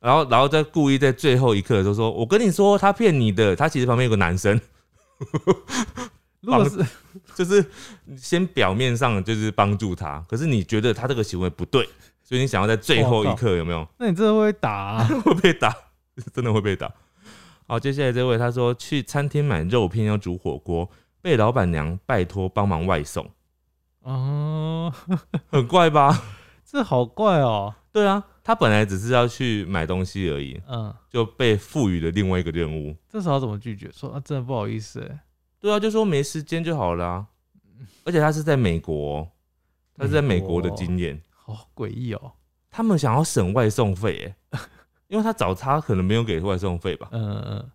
S2: 然后然后再故意在最后一刻的时候说：“我跟你说，他骗你的，他其实旁边有个男生，
S1: 如果是
S2: 就是先表面上就是帮助他，可是你觉得他这个行为不对，所以你想要在最后一刻有没有
S1: 那你真的会打、 啊，
S2: 会被打？ 真的会被打。”好，接下来这位他说去餐厅买肉片要煮火锅，被老板娘拜托帮忙外送，
S1: 哦、
S2: 很怪吧？
S1: 这好怪哦，
S2: 对啊，他本来只是要去买东西而已，
S1: 嗯，
S2: 就被赋予了另外一个任务。
S1: 这时候要怎么拒绝？说啊，真的不好意思、欸，
S2: 对啊，就说没时间就好了、啊而且他是在美国哦，他是在美国
S1: 哦
S2: 的经验，
S1: 好诡异哦，
S2: 他们想要省外 送费，哎，因为他找他可能没有给外送费吧。
S1: 嗯嗯嗯，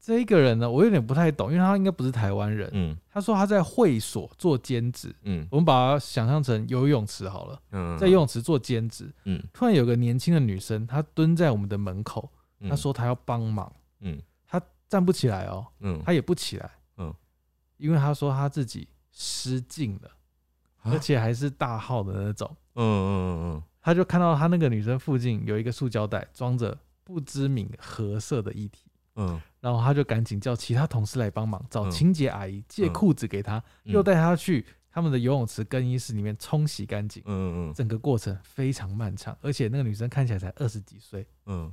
S1: 这一个人呢，我有点不太懂，因为他应该不是台湾人。
S2: 嗯
S1: 他说他在会所做兼职，
S2: 嗯
S1: 我们把它想象成游泳池好了，
S2: 嗯，
S1: 在游泳池做兼职。
S2: 嗯
S1: 突然有个年轻的女生，她蹲在我们的门口，
S2: 嗯
S1: 她说她要帮忙，
S2: 嗯
S1: 她站不起来哦，
S2: 嗯
S1: 她也不起来，
S2: 嗯
S1: 嗯，因为她说她自己失禁了，
S2: 啊
S1: 而且还是大号的那种。
S2: 嗯嗯嗯
S1: 她就看到她那个女生附近有一个塑胶袋装着不知名褐色的液体。
S2: 嗯
S1: 然后他就赶紧叫其他同事来帮忙，找
S2: 嗯
S1: 清洁阿姨借
S2: 嗯
S1: 裤子给他，
S2: 嗯
S1: 又带他去他们的游泳池更衣室里面冲洗干净。
S2: 嗯嗯
S1: 整个过程非常漫长，而且那个女生看起来才二十几岁，
S2: 嗯，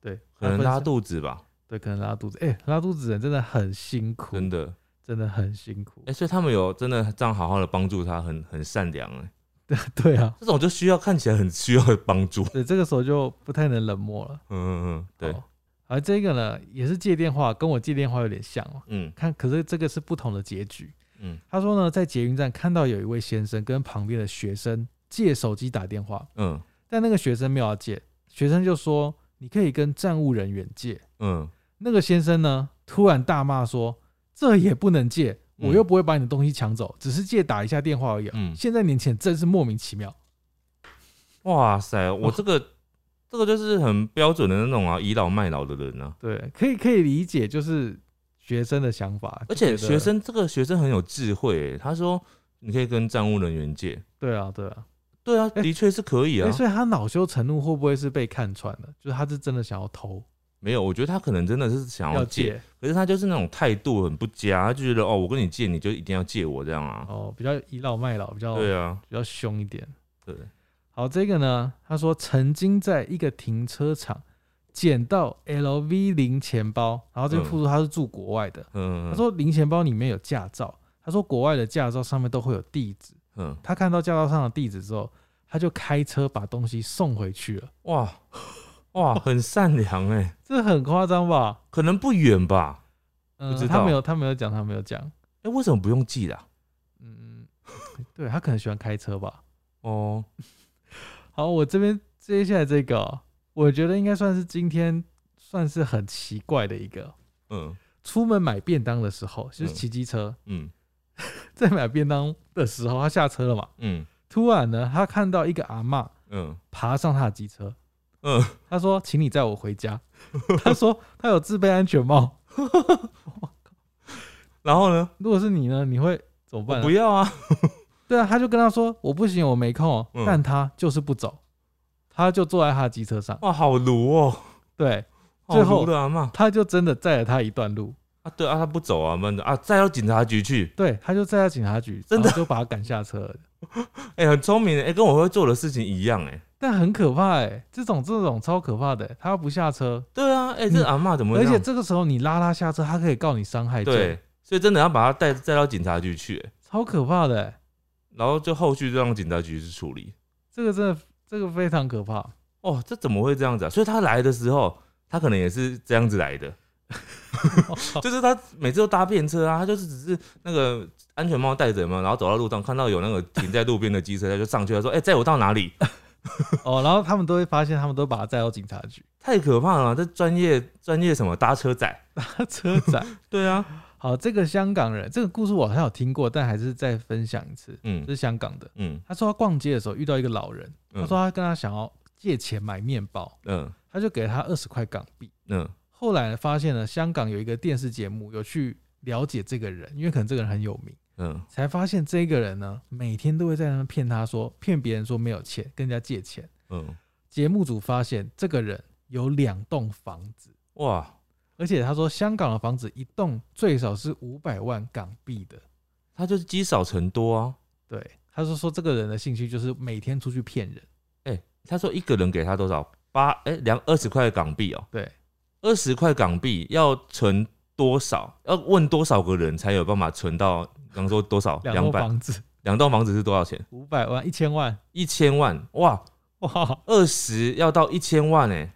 S1: 对，
S2: 可能
S1: 她分
S2: 拉
S1: 身，
S2: 肚子吧，
S1: 对，可能拉肚子。哎、拉肚子的人真的很辛苦，
S2: 真的。
S1: 真的很辛苦
S2: 哎，。所以他们有真的这样好好的帮助他，很很善良哎。
S1: 对啊，
S2: 这种就需要看起来很需要帮助。
S1: 对，这个时候就不太能冷漠了。
S2: 嗯嗯嗯，对，
S1: 好，而这个呢，也是借电话，跟我借电话有点像哦。
S2: 嗯
S1: 看，可是这个是不同的结局。
S2: 嗯嗯
S1: 他说呢，在捷运站看到有一位先生跟旁边的学生借手机打电话，
S2: 嗯
S1: 但那个学生没有要借，学生就说你可以跟站务人员借。
S2: 嗯
S1: 那个先生呢，突然大骂说：“这也不能借，
S2: 嗯
S1: 我又不会把你的东西抢走，只是借打一下电话而已。”啊
S2: 嗯
S1: 现在年轻人真是莫名其妙。
S2: 哇塞，我
S1: 哇
S2: 这个这个就是很标准的那种啊，倚老卖老的人啊。
S1: 对，可以可以理解，就是学生的想法，就
S2: 而且
S1: 觉得
S2: 学生这个学生很有智慧、欸他说你可以跟站务人员借。
S1: 对啊对啊，
S2: 对啊，
S1: 哎
S2: 的确是可以啊。
S1: 哎所以他恼羞成怒会不会是被看穿了？就是他是真的想要偷
S2: 没有，我觉得他可能真的是想要
S1: 要
S2: 借，
S1: 借
S2: 可是他就是那种态度很不佳，他就觉得哦，我跟你借，你就一定要借我这样啊。
S1: 哦，比较倚老卖老，比较
S2: 对啊，
S1: 比较凶一点。
S2: 对，
S1: 好，这个呢，他说曾经在一个停车场捡到 LV 零钱包，然后这个
S2: 嗯
S1: 附注他是住国外的，
S2: 嗯，
S1: 他说零钱包里面有驾照，他说国外的驾照上面都会有地址，
S2: 嗯，
S1: 他看到驾照上的地址之后，他就开车把东西送回去了，
S2: 哇哇，很善良哎、
S1: 这很夸张吧？
S2: 可能不远吧？
S1: 嗯
S2: 不知，道
S1: 他没有，他没有讲，他没有讲，
S2: 哎、为什么不用寄啦？
S1: 嗯， 对他可能喜欢开车吧。
S2: 哦，
S1: 好，我这边接下来这个哦，我觉得应该算是今天算是很奇怪的一个。
S2: 嗯
S1: 出门买便当的时候，就是
S2: 嗯
S1: 骑机车，
S2: 嗯
S1: 在买便当的时候，他下车了嘛，
S2: 嗯
S1: 突然呢，他看到一个阿嬷
S2: 嗯
S1: 爬上他的机车，
S2: 嗯，
S1: 他说：“请你载我回家。” 他说他有自备安全帽。
S2: 然后呢？
S1: 如果是你呢，你会怎么办、
S2: 我
S1: 啊？
S2: 不要啊，
S1: 对啊，他就跟他说：“我不行，我没空哦。
S2: 嗯
S1: 但他就是不走，他就坐在他的机车上。
S2: 哇，好卢哦、
S1: 对，
S2: 好
S1: 最后
S2: 卢的阿妈
S1: 他就真的载了他一段路。
S2: 啊，对啊，他不走啊，闷的啊，再到警察局去，
S1: 对，他就载到警察局，
S2: 真的
S1: 然后就把他赶下车了。
S2: 哎、很聪明哎、跟我会做的事情一样哎、
S1: 但很可怕哎、这种这种超可怕的欸、他要不下车，
S2: 对啊，哎、这阿妈怎么
S1: 嗯
S2: 会
S1: 而
S2: 这
S1: 且
S2: 样？
S1: 这个时候你拉他下车，他可以告你伤害罪
S2: 对，，所以真的要把他带带到警察局去、欸，
S1: 超可怕的欸、
S2: 然后就后续就让警察局去处理。
S1: 这个真的这个非常可怕。
S2: 哦，这怎么会这样子啊？所以他来的时候，他可能也是这样子来的，
S1: 哦
S2: 就是他每次都搭便车啊，他就是只是那个安全帽戴着嘛，然后走到路上看到有那个停在路边的机车，他就上去，他说：“哎、载我到哪里
S1: 哦，然后他们都会发现，他们都把他载到警察局。？”
S2: 太可怕了，这专业专业什么搭车仔？
S1: 车 展。
S2: 对啊，
S1: 好，这个香港人，这个故事我好像有听过，但还是再分享一次。
S2: 嗯
S1: 这是香港的，
S2: 嗯
S1: 他说他逛街的时候遇到一个老人，他
S2: 嗯
S1: 说他跟他想要借钱买面包，
S2: 嗯
S1: 他就给了他二十块港币。
S2: 嗯
S1: 后来发现呢，香港有一个电视节目有去了解这个人，因为可能这个人很有名，
S2: 嗯，
S1: 才发现这个人呢每天都会在那边骗他说骗别人说没有钱，跟人家借钱。
S2: 嗯，
S1: 节目组发现这个人有两栋房子，
S2: 哇，
S1: 而且他说香港的房子一栋最少是五百万港币的。
S2: 他就是积少成多啊。
S1: 对，他是说这个人的兴趣就是每天出去骗人。
S2: 他说一个人给他多少？八哎两二十块港币哦、
S1: 对，
S2: 二十块港币要存多少？要问多少个人才有办法存到？比方说多少？
S1: 两
S2: 两
S1: 栋
S2: 百
S1: 房子
S2: 两栋房子是多少钱？
S1: 五百万、一千万，
S2: 一千万哇！
S1: 哇，
S2: 二十要到一千万哎、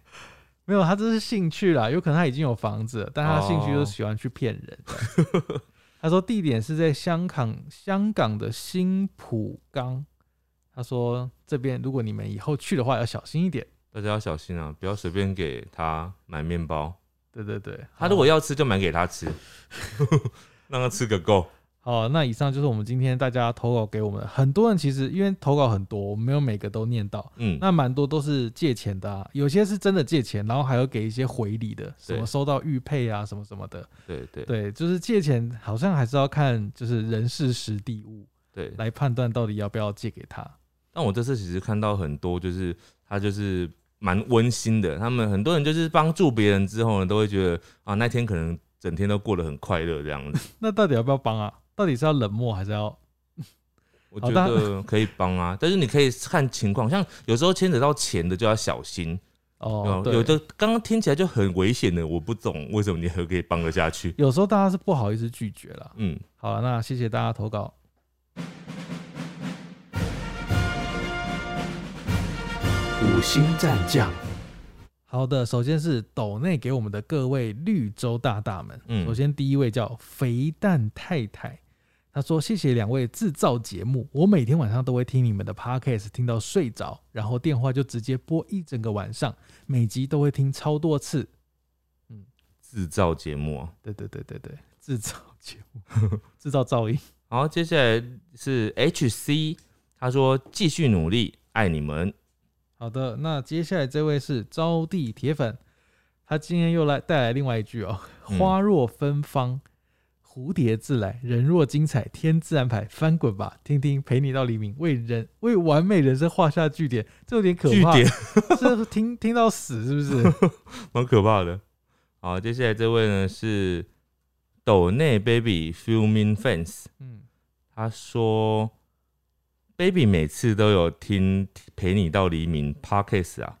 S1: 没有，他这是兴趣啦，有可能他已经有房子了，但他的兴趣就
S2: 哦
S1: 是喜欢去骗人。 他说地点是在香港，香港的新浦港。他说这边如果你们以后去的话要小心一点。
S2: 大家要小心啊，不要随便给他买面包。
S1: 对对对，
S2: 他如果要吃，就买给他吃， 让他吃个够。
S1: 好，那以上就是我们今天大家投稿给我们的。很多人其实因为投稿很多，我们没有每个都念到，
S2: 嗯，
S1: 那蛮多都是借钱的、啊，有些是真的借钱，然后还有给一些回礼的，什么收到玉佩啊，什么什么的。
S2: 对对
S1: 对，就是借钱好像还是要看就是人事实地物
S2: 对。
S1: 来判断到底要不要借给他。
S2: 但我这次其实看到很多，就是他就是蛮温馨的。他们很多人就是帮助别人之后呢，都会觉得啊，那天可能整天都过得很快乐这样 子。
S1: 那到底要不要帮啊？到底是要冷漠还是要？
S2: 我
S1: 好
S2: 觉
S1: 的
S2: 得可以帮啊，但是你可以看情况，像有时候牵扯到钱的就要小心。
S1: 哦
S2: 哦，，
S1: 对
S2: 有的刚刚听起来就很危险的，我不懂为什么你还可以帮得下去。
S1: 有时候大家是不好意思拒绝啦。
S2: 嗯，
S1: 好了，那谢谢大家投稿。
S3: 五星战将，
S1: 好的，首先是斗内给我们的各位绿洲大大们。
S2: 嗯
S1: 首先第一位叫肥蛋太太，他说：“谢谢两位制造节目，我每天晚上都会听你们的 podcast，听到睡着，然后电话就直接拨一整个晚上，每集都会听超多次。
S2: 制造节目哦。
S1: 对对对对对，制造节目，制造噪音。
S2: 好，接下来是 H C，他说继续努力，爱你们。
S1: 好的，那接下来这位是招娣铁粉，他今天又来带来另外一句哦：
S2: 嗯
S1: 花若芬芳，蝴蝶自来，人若精彩，天自安排。翻滚吧，听听陪你到黎明，为人 为完美人生画下句点，这有点可
S2: 据
S1: 怕，
S2: 点
S1: 这听听到死是不 是？
S2: 蛮可怕的。好，接下来这位呢是斗内 baby fuming fans，
S1: 嗯，
S2: 他说：“baby 每次都有听陪你到黎明 podcast 啊。”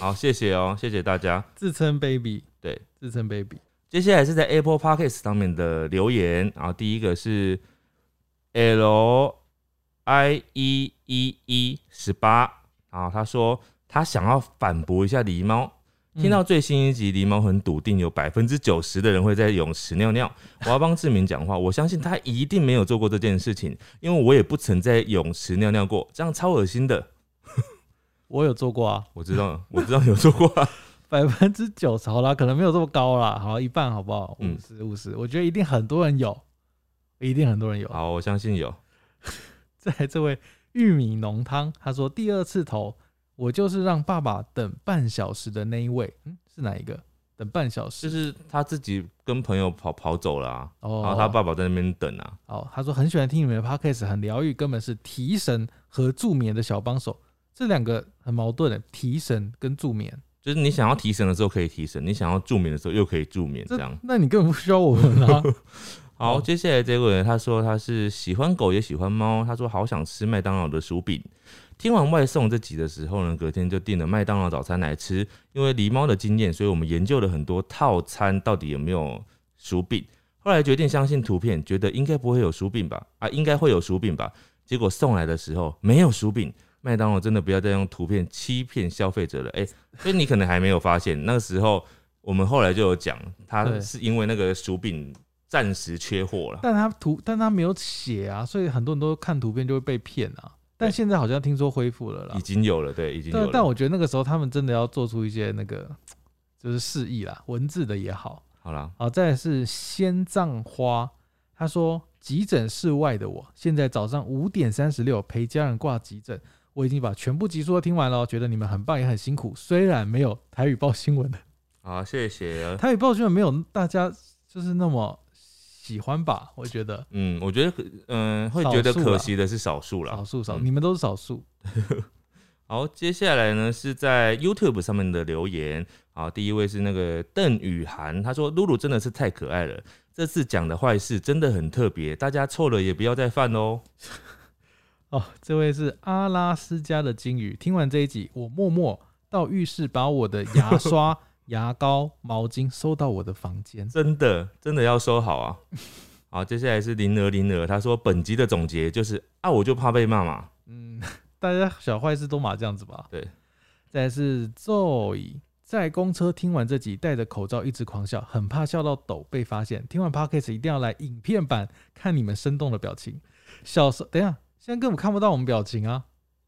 S2: 好，谢谢哦，谢谢大家。
S1: 自称 baby，
S2: 对，
S1: 自称 baby，
S2: 接下来是在 Apple podcast 上面的留言，然后第一个是 L I E E E 十八，然后他说他想要反驳一下狸猫，
S1: 嗯
S2: 听到最新一集，狸猫很笃定有百分之九十的人会在泳池尿尿。我要帮志明讲话，我相信他一定没有做过这件事情，因为我也不曾在泳池尿尿过，这样超恶心的。
S1: 我有做过啊，
S2: 我知道，我知道你有做过、啊，
S1: 百分之九十好啦，可能没有这么高啦，好一半好不好？
S2: 嗯
S1: 五十五十，我觉得一定很多人有，一定很多人有。
S2: 好，我相信有。
S1: 再来这位玉米浓汤，他说第二次投，我就是让爸爸等半小时的那一位，嗯，是哪一个？等半小时
S2: 就是他自己跟朋友跑跑走了、啊，
S1: 哦
S2: 然后他爸爸在那边等啊。
S1: 哦，他说很喜欢听你们的 podcast，很疗愈，根本是提神和助眠的小帮手。这两个很矛盾的，提神跟助眠。
S2: 就是你想要提神的时候可以提神，你想要助眠的时候又可以助眠，这
S1: 这
S2: 样。
S1: 那你根本不需要我们 啊。
S2: 好，接下来这位人他说他是喜欢狗也喜欢猫，他说好想吃麦当劳的薯饼。听完外送这集的时候呢，隔天就订了麦当劳早餐来吃。因为狸猫的经验，所以我们研究了很多套餐到底有没有薯饼。后来决定相信图片，觉得应该不会有薯饼吧？啊，应该会有薯饼吧？结果送来的时候没有薯饼。麦当劳真的不要再用图片欺骗消费者了。哎、所以你可能还没有发现，那个时候我们后来就有讲，他
S1: 对
S2: 是因为那个薯饼暂时缺货了。
S1: 但他图，但他没有写啊，所以很多人都看图片就会被骗啊。但
S2: 对
S1: 现在好像听说恢复了啦
S2: 已。经有了，对，已经有
S1: 但
S2: 了。
S1: 但我觉得那个时候他们真的要做出一些那个就是示意啦，文字的也好。
S2: 好了，
S1: 好，再来是仙葬花，他说急诊室外的我，现在早上五点三十六陪家人挂急诊，我已经把全部集数都听完了，哦觉得你们很棒也很辛苦，虽然没有台语报新闻的，
S2: 好，谢谢。
S1: 台语报新闻没有大家就是那么喜欢吧，我觉得
S2: 嗯，我觉得可，嗯、会觉得可惜的是少数啦。
S1: 少数少，
S2: 嗯
S1: 你们都是少数，
S2: 好，接下来呢是在 YouTube 上面的留言啊，第一位是那个邓雨涵，他说：“露露真的是太可爱了，这次讲的坏事真的很特别，大家错了也不要再犯哦。
S1: 哦，这位是阿拉斯加的金鱼。听完这一集，我默默到浴室把我的牙刷、 牙膏、毛巾收到我的房间”。
S2: 真的，真的要收好啊。 好，接下来是林儿林儿，他说本集的总结就是啊，我就怕被骂嘛。
S1: 嗯，大家小坏事都嘛这样子吧。
S2: 对。
S1: 再来是 Zoe，在公车听完这集，戴着口罩一直狂笑，很怕笑到抖被发现。听完 Podcast 一定要来影片版看你们生动的表情。小时候，等一下，现在根本看不到我们表情啊，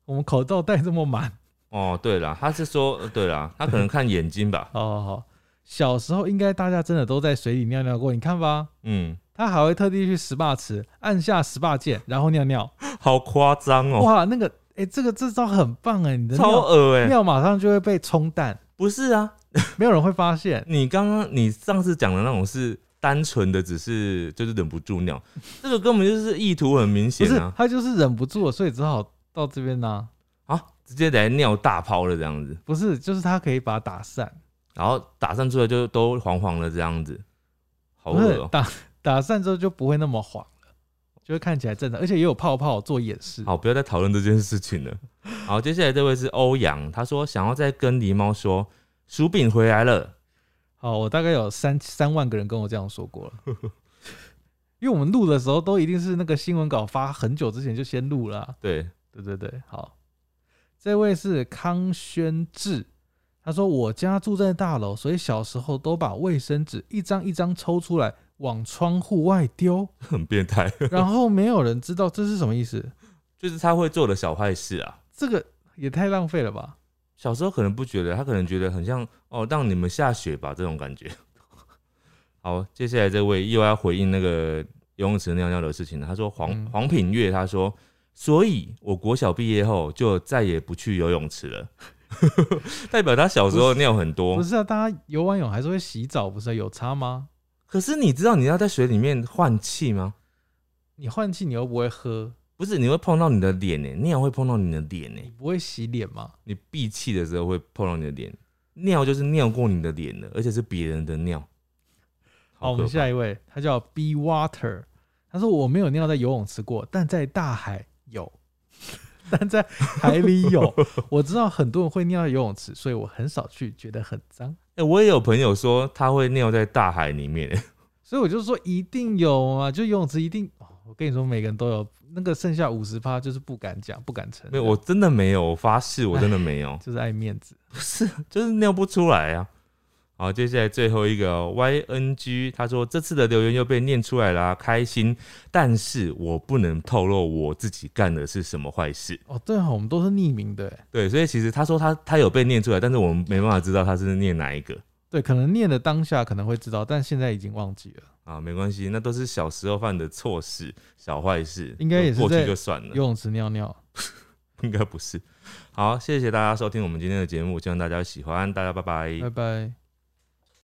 S1: 我们口罩戴这么满。
S2: 哦，对了，他是说，对了，他可能看眼睛吧。
S1: 好好好，哦小时候应该大家真的都在水里尿尿过，你看吧，
S2: 嗯，
S1: 他还会特地去 SPA 池按下 SPA 键，然后尿尿。
S2: 好夸张哦，
S1: 哇，那个，哎、这个这招很棒哎、你的
S2: 超
S1: 尿
S2: 恶哎、
S1: 尿马上就会被冲淡，
S2: 不是啊，
S1: 没有人会发现。
S2: 你刚刚你上次讲的那种是单纯的，只是就是忍不住 尿，这个根本就是意图很明
S1: 不
S2: 显
S1: 是
S2: 啊，
S1: 他就是忍不住了，所以只好到这边呢、
S2: 啊，直接来尿大泡了这样子，
S1: 不是，就是他可以把它打散，
S2: 然后打散出来就都黄黄的这样子，好
S1: 不
S2: 恶
S1: 是
S2: 哦、
S1: 打打散之后就不会那么黄了，就会看起来正常，而且也有泡泡做掩饰。
S2: 好，不要再讨论这件事情了。 好，接下来这位是欧阳，他说想要再跟狸猫说，薯饼回来了。
S1: 好，我大概有三三万个人跟我这样说 过了，因为我们录的时候都一定是那个新闻稿发很久之前就先录了啊、
S2: 对，
S1: 对对对，好，这位是康轩志，他说我家住在大楼，所以小时候都把卫生纸一张一张抽出来往窗户外丢，
S2: 很变态，
S1: 然后没有人知道这是什么意思，
S2: 就是他会做的小坏事啊。
S1: 这个也太浪费了吧？
S2: 小时候可能不觉得，他可能觉得很像哦，让你们下雪吧这种感觉。好，接下来这位又要回应那个游泳池尿尿的事情了。他说黄
S1: 嗯
S2: 黄品月，他说，所以我国小毕业后就再也不去游泳池了， 代表他小时候尿很多
S1: 不。是啊，大家游完泳还是会洗澡，不是啊、有差吗？
S2: 可是你知道你要在水里面换气吗？
S1: 你换气你又不会喝，
S2: 不是，你会碰到你的脸呢、尿会碰到你的脸呢、
S1: 你不会洗脸吗？
S2: 你闭气的时候会碰到你的脸，尿就是尿过你的脸了，而且是别人的尿。
S1: 好，我
S2: 可
S1: 们
S2: 怕
S1: 下一位，他叫 B Water，他说我没有尿在游泳池过，但在大海有， 但在海里 有。我知道很多人会尿在游泳池，所以我很少去，觉得很脏。
S2: 哎、我也有朋友说他会尿在大海里面，
S1: 所以我就说一定有啊，就游泳池一定。哦我跟你说，每个人都有那个剩下五十趴，就是不敢讲，不敢承
S2: 没
S1: 认。
S2: 有，我真的没有，我发誓我真的 没有，
S1: 就是爱面子。
S2: 不是，就是尿不出来啊。好，接下来最后一个哦 YNG，他说这次的留言又被念出来啦、开心，但是我不能透露我自己干的是什么坏事。
S1: 哦，对啊，我们都是匿名的欸，
S2: 对，所以其实他说他他有被念出来，但是我们没办法知道他是念哪一个
S1: 对，可能念的当下可能会知道，但现在已经忘记了。
S2: 啊，没关系，那都是小时候犯的错事、小坏事，
S1: 应该也是
S2: 过去
S1: 在
S2: 就算了
S1: 游。泳池尿尿，
S2: 应该不是。好，谢谢大家收听我们今天的节目，希望大家喜欢，大家拜拜
S1: 拜拜。